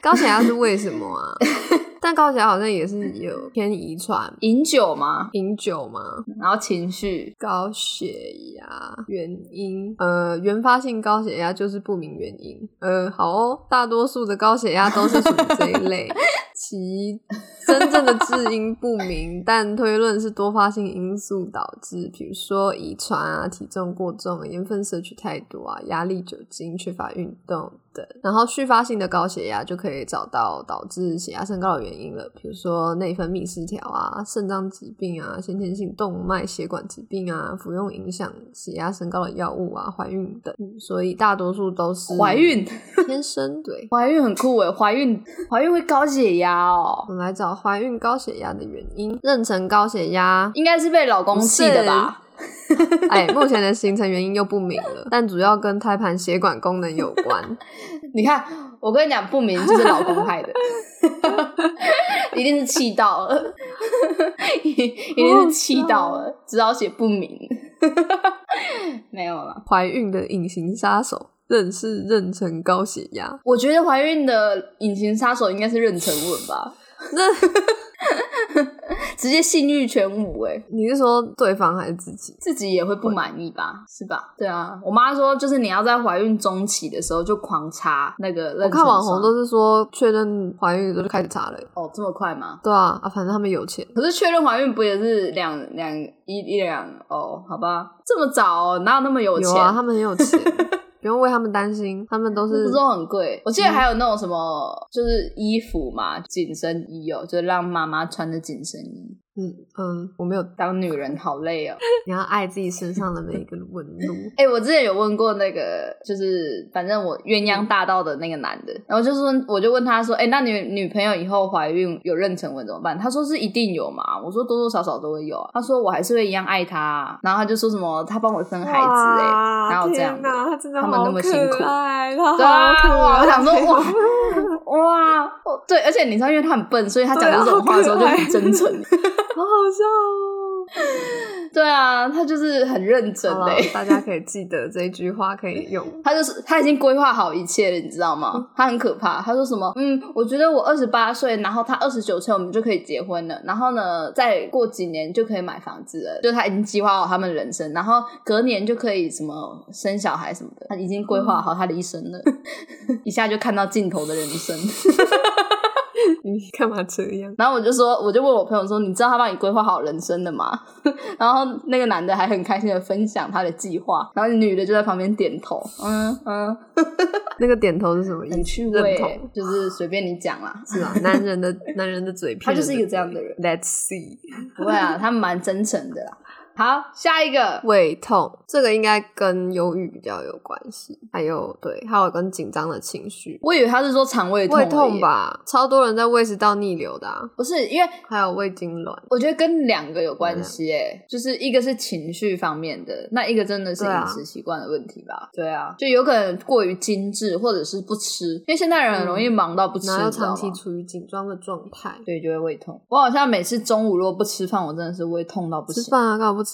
A: 高血压是为什么啊？ [LAUGHS] 但高血压好像也是有偏遗传，
B: 饮酒嘛，
A: 饮酒嘛，
B: 然后情绪，
A: 高血压原因，呃，原发性高血压就是不明原因。呃，好哦，大多数的高血压都是属于这一类，其真正的致因不明，但推论是多发性因素导致，比如说遗传啊、体重过重、盐分摄取太多啊、压力、酒精、缺乏运动等。然后续发性的高血压就可以找到导致血压升高的原因了，比如说内分泌失调啊、肾脏疾病啊、先天性动脉血管疾病啊、服用影响血压升高的药物啊、怀孕等。嗯所以大多数都是
B: 怀孕，
A: 天生对。
B: 怀孕很酷诶，怀孕，怀孕会高血压哦
A: 我，们来找怀孕高血压的原因。妊娠高血压，
B: 应该是被老公气的吧？
A: 哎，目前的形成原因又不明了，但主要跟胎盘血管功能有关。
B: 你看，我跟你讲，不明就是老公
A: [LAUGHS]
B: 害的，一定是气到了，
A: 哦
B: [LAUGHS] 一一定是气到了，只好写不明， [LAUGHS] 没有了。
A: 怀孕的隐形杀手，认识妊娠高血压。
B: 我觉得怀孕的隐形杀手应该是妊娠纹吧，
A: 那
B: [LAUGHS] 直接性欲全无哎、
A: 你是说对方还是自己？
B: 自己也会不满意吧，是吧？对啊，我妈说就是你要在怀孕中期的时候就狂擦那个妊娠
A: 我看网
B: 霜
A: 红都是说确认怀孕的时候就开始查了耶，
B: 哦这么快吗？
A: 对啊，啊，反正他们有钱，
B: 可是确认怀孕不也是两两一一两哦？好吧，这么早哦、哪有那么有钱？
A: 有啊，他们很有
B: [LAUGHS]
A: 钱，不用为他们担心，他们都
B: 不
A: 是嗯
B: 是都很贵？我记得还有那种什么，就是衣服嘛，紧身衣哦，就让妈妈穿的紧身衣。
A: 嗯嗯，我没有，
B: 当女人好累哦。
A: 你要爱自己身上的每一个纹路，
B: 哎、我之前有问过那个，就是反正我鸳鸯大道的那个男的，然后就是问我就问他说，哎、那你女朋友以后怀孕有妊娠纹怎么办？他说是一定有嘛，我说多多少少都会有啊。他说我还是会一样爱他、啊，然后他就说什么他帮我生 [LAUGHS] 孩子、欸，
A: 哇
B: 哪有这样
A: 天
B: 的
A: 哪他真的
B: 他们那么辛苦
A: 好可爱他
B: 对啊
A: 好可
B: 哇
A: 爱。
B: 我想说哇哇，哦对，而且你知道，因为他很笨，所以他讲这种话的时候就
A: 啊
B: 很真诚。
A: 好好笑哦。
B: 对啊，他就是很认真
A: 好
B: 的、
A: 了
B: 欸，
A: 大家可以记得这一句话可以用。 [LAUGHS]
B: 他就是他已经规划好一切了，你知道吗？他很可怕。他说什么？嗯，我觉得我二十八岁，然后他二十九岁，我们就可以结婚了。然后呢，再过几年就可以买房子了。就他已经计划好他们的人生，然后隔年就可以什么生小孩什么的，他已经规划好他的一生了。 [LAUGHS] 一下就看到尽头的人生。
A: 你干嘛这样？
B: 然后我就说，我就问我朋友说，你知道他帮你规划好人生的吗？ [LAUGHS] 然后那个男的还很开心的分享他的计划，然后女的就在旁边点头，嗯嗯，
A: 那个点头是什么意思？
B: 很趣
A: 认
B: 味欸
A: 同，
B: 就是随便你讲啦。
A: 是吧？男人的男人的嘴皮，
B: 他就是一个这样的人。
A: Let's see，
B: 不会啊，他们蛮真诚的啦。好，下一个，
A: 胃痛这个应该跟忧郁比较有关系，还有对，还有跟紧张的情绪。
B: 我以为他是说肠胃痛，
A: 胃痛？吧，超多人在胃食道逆流的、啊，
B: 不是，因为
A: 还有胃痉挛。
B: 我觉得跟两个有
A: 啊
B: 关系诶、就是一个是情绪方面的，那一个真的是
A: 对啊
B: 饮食习惯的问题吧？对啊，就有可能过于精致或者是不吃，因为现代人很容易忙到不吃，
A: 嗯
B: 啊
A: 然后
B: 你知道
A: 长
B: 吗
A: 期处于紧张的状态，
B: 对就会胃痛。我好像每次中午如果不吃饭，我真的是胃痛到不行
A: 吃。饭啊，干嘛不吃？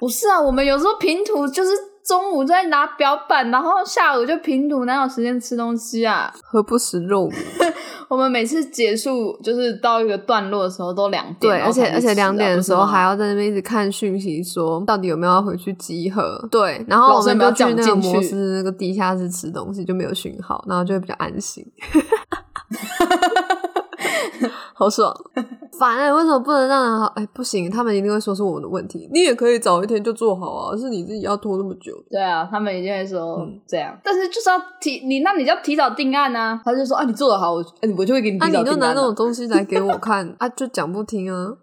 B: 不是啊，我们有时候平图就是中午在拿表板，然后下午就平图，哪有时间吃东西啊？
A: 何不食肉糜？
B: 我们每次结束就是到一个段落的时候都两点，
A: 对，
B: 然后
A: 而且
B: 才去
A: 而且
B: 吃啊
A: 两点的时候还
B: 不
A: 要在那边一直看讯息，说到底有没有要回去集合？对，然
B: 老
A: 后我
B: 师
A: 们
B: 有没有
A: 就去
B: 叫你
A: 那个
B: 进去
A: 摩斯那个地下室吃东西，就没有讯号，然后就会比较安心， [LAUGHS] 好爽。
B: [LAUGHS]
A: 烦哎、为什么不能让人好？哎、不行，他们一定会说是我们的问题。你也可以早一天就做好啊，是你自己要拖那么久的。
B: 是吗对啊，他们一定会说
A: 嗯
B: 这样，但是就是要提你，那你就要提早定案啊。他就说啊，你做的好，我哎我就会给你
A: 那、
B: 提早
A: 你就
B: 定
A: 拿
B: 案
A: 那
B: 啊、
A: 种东西来给我
B: [LAUGHS]
A: 看啊，就讲不听啊。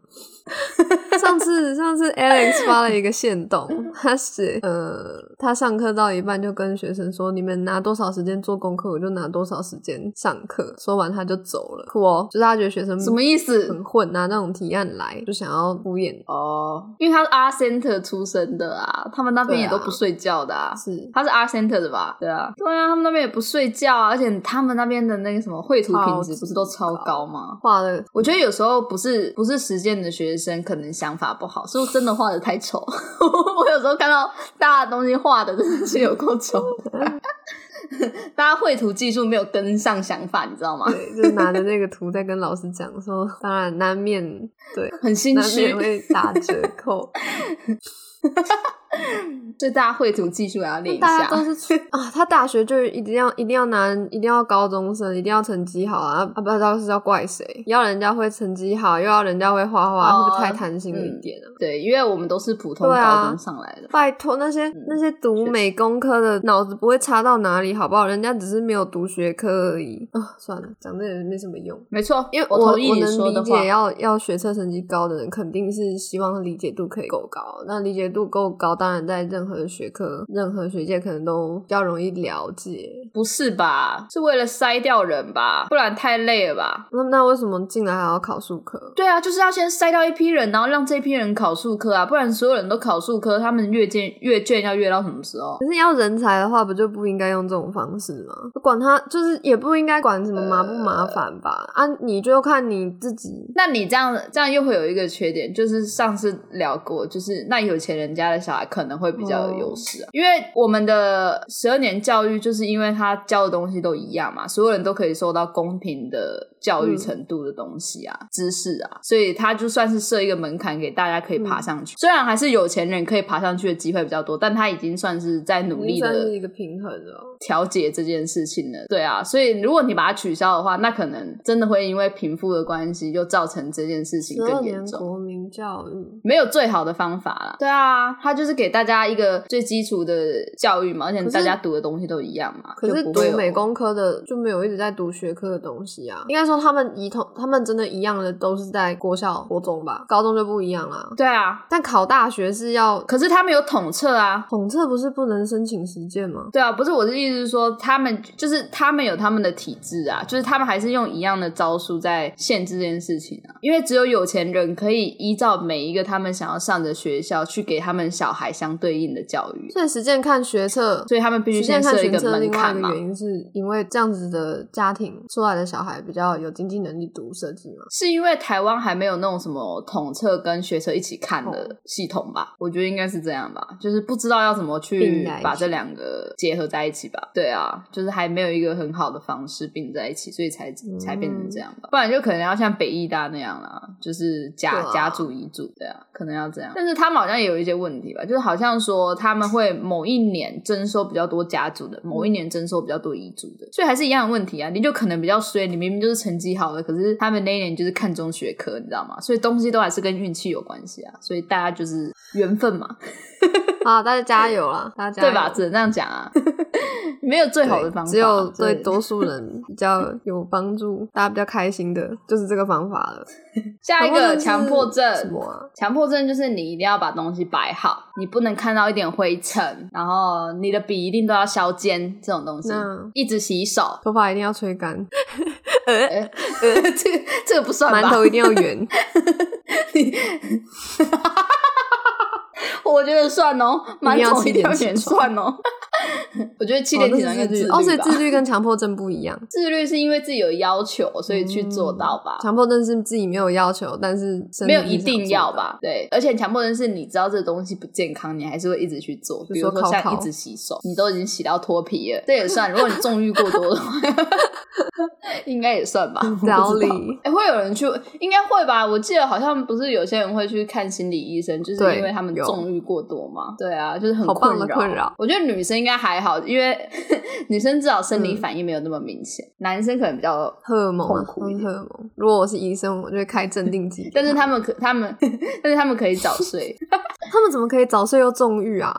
A: [LAUGHS] 上次上次 Alex 发了一个线
B: [LAUGHS]
A: 动，他写呃，他上课到一半就跟学生说：“你们拿多少时间做功课，我就拿多少时间上课。”说完他就走了，酷哦！就是他觉得学生
B: 什么意思
A: 很？混啊拿那种提案来，就想要敷衍。
B: 哦，因为他是 R Center 出生的啊，他们那边
A: 对啊
B: 也都不睡觉的啊。
A: 是
B: 他是 R Center 的吧？对啊，对啊，他们那边也不睡觉啊，而且他们那边的那个什么绘图品质不是都超高吗？
A: 画的
B: 我觉得有时候不是不是实践的学生可能想法不好，是不是真的画的太丑？ [LAUGHS] 我有时候看到大家的东西画的真的是有够丑的，
A: [LAUGHS]
B: 大家绘图技术没有跟上想法，你知道吗？
A: 对，就拿着那个图在跟老师讲说， [LAUGHS] 当然难免对
B: 很心
A: 难
B: 虚
A: 免，会打折扣。
B: 所以大家绘图技术也要练一
A: 大家都
B: 下。
A: 是
B: [LAUGHS]
A: 出啊，他大学就一定要一定要拿，一定要高中生，一定要成绩好啊！啊，不知道是要怪谁，要人家会成绩好，又要人家会画画，
B: 哦
A: 会不会太贪心了一点啊？
B: 对，因为我们都是普通
A: 对啊
B: 高中上来的，
A: 拜托，那些
B: 嗯
A: 那些读美工科的脑子不会差到哪里，好不好？人家只是没有读学科而已啊！算了，讲这个没什么用。
B: 没错。
A: 因为
B: 我
A: 我
B: 同意你
A: 能
B: 说
A: 理
B: 的话
A: 解，要要学测成绩高的人，肯定是希望理解度可以够高。那理解度够高，当然在任何学科、任何学界可能都比较容易了解。
B: 不是吧？是为了筛掉人吧？不然太累了吧？
A: 那那为什么进来还要考数科？
B: 对啊，就是要先筛掉一批人，然后让这批人考数科啊，不然所有人都考数科，他们阅卷阅卷要阅到什么时候？
A: 可是要人才的话，不就不应该用这种方式吗？管他，就是也不应该管什么麻不
B: 呃
A: 麻烦吧。啊，你就看你自己。
B: 那你这样这样又会有一个缺点，就是上次聊过，就是那有钱人家的小孩可能会比较
A: 哦
B: 有优势、啊，因为我们的十二年教育就是因为他教的东西都一样嘛，所有人都可以受到公平的教
A: 嗯
B: 育程度的东西啊、知识啊，所以它就算是设一个门槛给大家可以
A: 嗯
B: 爬上去。虽然还是有钱人可以爬上去的机会比较多，但他已经算是在努
A: 已
B: 力
A: 经算
B: 的
A: 是一个平衡了。
B: 调解这件事情了。对啊，所以如果你把它取消的话，那可能真的会因为贫富的关系，就造成这件事情
A: 十二
B: 更
A: 年
B: 严重。
A: 国民教育，
B: 没有最好的方法啦，对啊，它就是给大家一个最基础的教育嘛，而且
A: 可是
B: 大家读的东西都一样嘛，
A: 可是
B: 就不
A: 读
B: 会有
A: 美工科的就没有一直在读学科的东西啊。应该说他们一同，他们真的一样的都是在国小、国中吧，高中就不一样啦。
B: 对啊，
A: 但考大学是要
B: 可是他们有统测啊，
A: 统测，不是不能申请实践吗？
B: 对啊，不是我的意思是说，他们就是他们有他们的体制啊，就是他们还是用一样的招数在限制这件事情啊，因为只有有钱人可以依照每一个他们想要上的学校去给他们小孩相对应的教育，
A: 所以实践看学测，
B: 所以他们必须
A: 实践
B: 先
A: 看
B: 设一
A: 学
B: 个
A: 测，
B: 门
A: 另外
B: 槛
A: 一
B: 嘛
A: 个。原因是因为这样子的家庭出来的小孩比较有经济能力读设计嘛。
B: 是因为台湾还没有那种什么统测跟学测一起看
A: 哦
B: 的系统吧？我觉得应该是这样吧，就是不知道要怎么
A: 并
B: 去
A: 在一起
B: 把这两个结合在一起吧。对啊，就是还没有一个很好的方式并在一起，所以才
A: 嗯
B: 才变成这样吧。不然就可能要像北艺大那样啦，就是家、
A: 对啊
B: 家族遗嘱，对啊，可能要这样。但是他们好像也有一些问题吧，就是好像说他们会某一年征收比较多家族的，某一年征收比较多遗嘱的，所以还是一样的问题啊。你就可能比较衰，你明明就是成绩好的，可是他们那一年就是看中学科，你知道吗？所以东西都还是跟运气有关系啊。所以大家就是缘分嘛，
A: [LAUGHS] 啊，大家加油啦，大家加
B: 对
A: 油
B: 吧？只能这样讲啊， [LAUGHS] 没有最好的方法，
A: 只有对
B: 真的
A: 多数人比较有帮助，大家比较开心的，就是这个方法了。
B: 下一个强迫
A: 什
B: 症
A: 么。啊？
B: 强迫症就是你一定要把东西摆好，你不能看到一点灰尘，然后你的笔一定都要削尖这种东西
A: 那，
B: 一直洗手， [LAUGHS]
A: 头发一定要吹 [LAUGHS] 干，呃
B: 这个这个不
A: [LAUGHS]
B: 算
A: 馒
B: 吧？
A: 头一定要 [LAUGHS] 圆。
B: 我觉得算哦，
A: 一定
B: 馒
A: 要
B: 头
A: 七
B: 一定
A: 点
B: 要
A: 起
B: 点
A: 床
B: 算哦。 [LAUGHS] 我觉得七点
A: 哦
B: 起
A: 那
B: 床
A: 是
B: 跟
A: 自
B: 自
A: 律
B: 律吧
A: 哦，所以自律跟强迫症不一 [LAUGHS] 样。
B: 自律是因为自己有要求，所以去做到吧。
A: 强迫症是自己没有要求，但是身体
B: 没有一
A: 是想
B: 定要
A: 做的？
B: 吧，对，而且强迫症是你知道这东西不健康，你还是会一直去做，
A: 就
B: 比如
A: 说
B: 说
A: 靠
B: 像
A: 靠
B: 一直洗手，你都已经洗到脱皮了，这也算。如果你纵欲过多的话， [LAUGHS] 应该也算吧。
A: [LAUGHS] 道理 [LAUGHS]
B: 我不知道哎、会有人去，应该会吧？我记得好像不是有些人会去看心理医生，就是
A: 对
B: 因为他们
A: 有
B: 纵欲过多嘛。对啊，就是很
A: 好棒的
B: 困扰。
A: 困扰
B: 我觉得女生应该还好，因为 [LAUGHS] 女生至少
A: 嗯
B: 生理反应没有那么明显，男生可能比较
A: 荷尔蒙啊，
B: 痛苦一点
A: 荷尔蒙。如果我是医生，我就会开镇定
B: [LAUGHS]
A: 剂给。
B: 但是他们可他们， [LAUGHS] 但是他们可以早睡。
A: 他们怎么可以早睡又纵欲啊？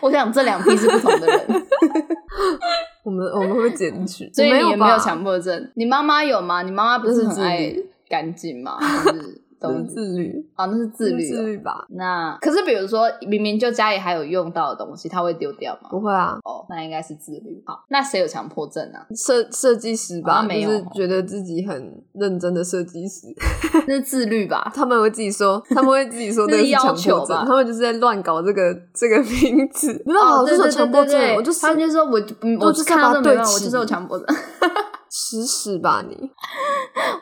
B: 我想这两批是不同
A: [LAUGHS]
B: 的人，
A: 我们我们会不会检举？
B: [LAUGHS] 所以
A: 我
B: 你也
A: 没
B: 没有
A: 吧
B: 强迫症。你妈妈有吗？你妈妈不是很
A: 那是
B: 爱
A: 自律
B: 干
A: [LAUGHS]
B: 净吗？就是
A: 这是
B: 东西
A: 自律，
B: 啊，那是自
A: 这是
B: 律
A: 自
B: 哦。
A: 律吧？
B: 那可是比如说，明明就家里还有用到的东西，他会丢掉吗？
A: 不会啊，
B: 哦，那应该是自律。好，那谁有强迫症
A: [LAUGHS]
B: 啊？
A: 设设计师吧，
B: 好像没有
A: 就是
B: 哦
A: 觉得自己很认真的设计师， [LAUGHS]
B: 那是自律吧？
A: 他们会自己说，他们会自己
B: [LAUGHS]
A: 说
B: 这
A: 这
B: 是
A: 个是强
B: 要
A: 迫
B: 求
A: 症
B: 吧，
A: 他们就是在乱搞这个这个名字，没有啊，
B: [LAUGHS] 哦，
A: 我
B: 对
A: 就是有
B: 对对
A: 强迫
B: 对
A: 症，
B: 对，
A: 我就
B: 他
A: 是
B: 就说我就嗯
A: 我就是
B: 看
A: 要
B: 到
A: 把
B: 这
A: 它对
B: 没办法，
A: 齐
B: 我就是有强迫症。 [LAUGHS]
A: 吃屎吧你，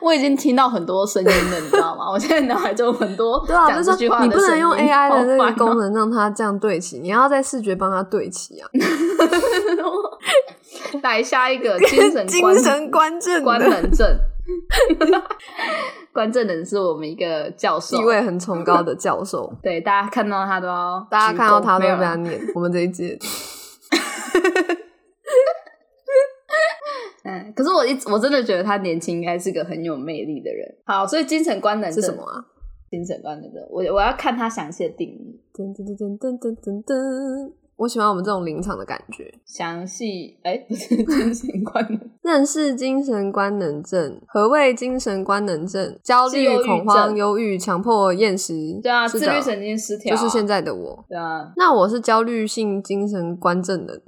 B: 我已经听到很多声音了，你知道吗？我现在脑海中有很多
A: 对啊，
B: 讲
A: 就
B: 这
A: 是
B: 句话
A: 说你不能
B: 声音
A: 用 AI 的
B: 好
A: 那
B: 烦
A: 个
B: 哦
A: 功能让它这样对齐，你要在视觉帮它对齐啊，
B: [LAUGHS] 来下一个精
A: [LAUGHS]
B: 神
A: 精
B: 官
A: 神官正
B: 官
A: 的
B: 能 [LAUGHS] 症，官正能是我们一个教授
A: 地，位很崇高的教
B: [LAUGHS]，
A: 授
B: 对大家看到他都要
A: 大家看到他都
B: 没
A: 会
B: 有
A: 被他
B: 啦
A: 念，我们这一
B: [LAUGHS]
A: 届
B: 嗯，可是我一直我真的觉得他年轻应该是个很有魅力的人。好，所以精神官能
A: 是
B: 症
A: 什么？啊？
B: 精神官能症，我我要看他详细的定义，
A: 噔噔噔噔噔噔噔，我喜欢我们这种临场的感觉。
B: 详细哎 [LAUGHS] 不是精神官能，
A: 认识精神官能症，何谓精神官能症？焦虑
B: 是忧郁、症
A: 恐慌、忧郁、强迫、厌食。
B: 对啊，
A: 是
B: 自
A: 的
B: 律神经失调
A: 就
B: 啊，
A: 是现在的我。
B: 对
A: [LAUGHS]
B: 啊，
A: 那我是焦虑性精神官症人，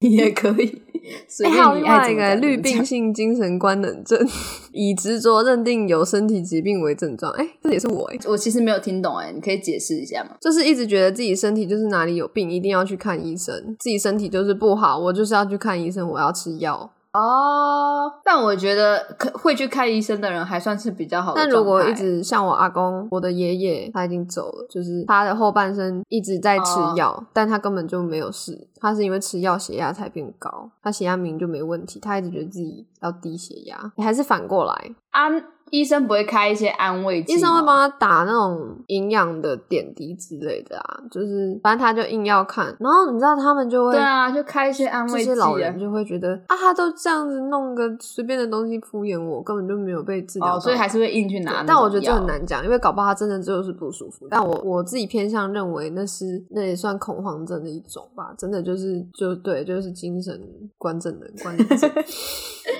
B: 你也可以。随
A: 哎
B: 便
A: 还有
B: 你
A: 另
B: 爱
A: 外
B: 怎
A: 一
B: 么
A: 个
B: 讲
A: 绿
B: 怎么
A: 病
B: 讲
A: 性精神官能症， [LAUGHS] 以执着认定有身体疾病为症状。哎、这也是我哎、
B: 我其实没有听懂哎，你可以解释一下吗？
A: 就是一直觉得自己身体就是哪里有病，一定要去看医生，自己身体就是不好，我就是要去看医生，我要吃药。
B: 哦，但我觉得可会去看医生的人还算是比较好的
A: 但
B: 状态。
A: 如果一直像我阿公，我的爷爷他已经走了，就是他的后半生一直在吃
B: 哦
A: 药，但他根本就没有事，他是因为吃药血压才变高，他血压明明就没问题，他一直觉得自己要低血压，还是反过来，
B: 安啊医生不会开一些安慰剂吗，
A: 医生会帮他打那种营养的点滴之类的啊，就是反正他就硬要看，然后你知道他们就会
B: 对啊，就开一些安
A: 这
B: 慰剂、
A: 些
B: 啊。
A: 老人就会觉得啊，他都这样子弄个随便的东西敷衍我，根本就没有被治疗到、
B: 哦，所以还是会硬去
A: 对
B: 拿。
A: 但我觉得这很。难讲，因为搞不好他真的就是不舒服。但我我自己偏向认为那是那也算恐慌症的一种吧，真的就是就对，就是精神官症的官
B: [LAUGHS]
A: 症。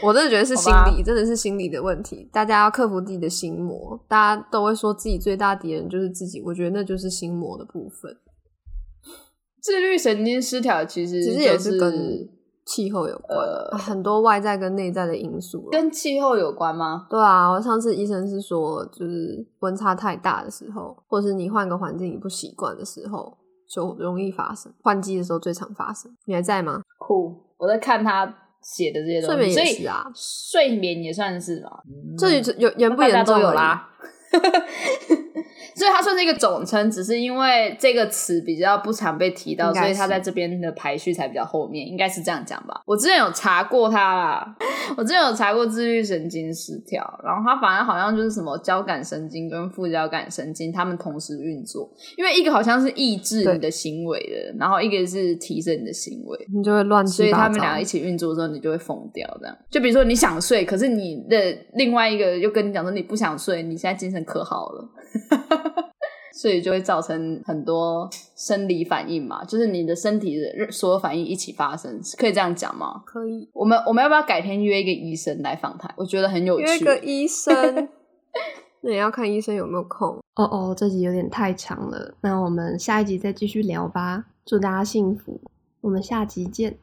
A: 我真的觉得是心
B: 好吧
A: 理，真的是心理的问题。大家要克服自己的心魔，大家都会说自己最大敌人就是自己，我觉得那就是心魔的部分，
B: 自律神经失调其实
A: 其实
B: 就
A: 也
B: 是
A: 是跟气候有关啊、
B: 呃
A: 很多外在跟内在的因素了。
B: 跟气候有关吗？
A: 对啊，我上次医生是说，就是温差太大的时候，或是你换个环境你不习惯的时候，就容易发生。换季的时候最常发生。你还在吗？
B: 酷，我在看他写的这些
A: 睡
B: 东
A: 眠
B: 西，所
A: 也
B: 以
A: 是啊，
B: 睡眠也算是吧。嗯
A: 这有严不
B: 大家
A: 严重
B: 都有
A: 而已。
B: 啦。 [LAUGHS] 所以它算是一个总称，只是因为这个词比较不常被提到，
A: 应该
B: 所
A: 是
B: 以它在这边的排序才比较后面，应该是这样讲吧。我之前有查过它啦， [LAUGHS] 我之前有查过自律神经失调，然后它反正好像就是什么交感神经跟副交感神经它们同时运作，因为一个好像是抑制
A: 对
B: 你的行为的，然后一个是提升你的行为。
A: 你就会乱
B: 所以
A: 七
B: 他
A: 八
B: 们
A: 糟。
B: 俩一起运作之后，你就会疯掉。这样，就比如说你想睡，可是你的另外一个又跟你讲说你不想睡，你现在精神可好了， [LAUGHS] 所以就会造成很多生理反应嘛，就是你的身体的所有反应一起发生，可以这样讲吗？
A: 可以
B: 我们我们要不要改天约一个医生来访谈？我觉得很有
A: 约
B: 趣。
A: 个
B: [LAUGHS]
A: 医生，那也要看医生有没有空。
C: 哦哦，这集有点太长了，那我们下一集再继续聊吧。祝大家幸福，我们下集见。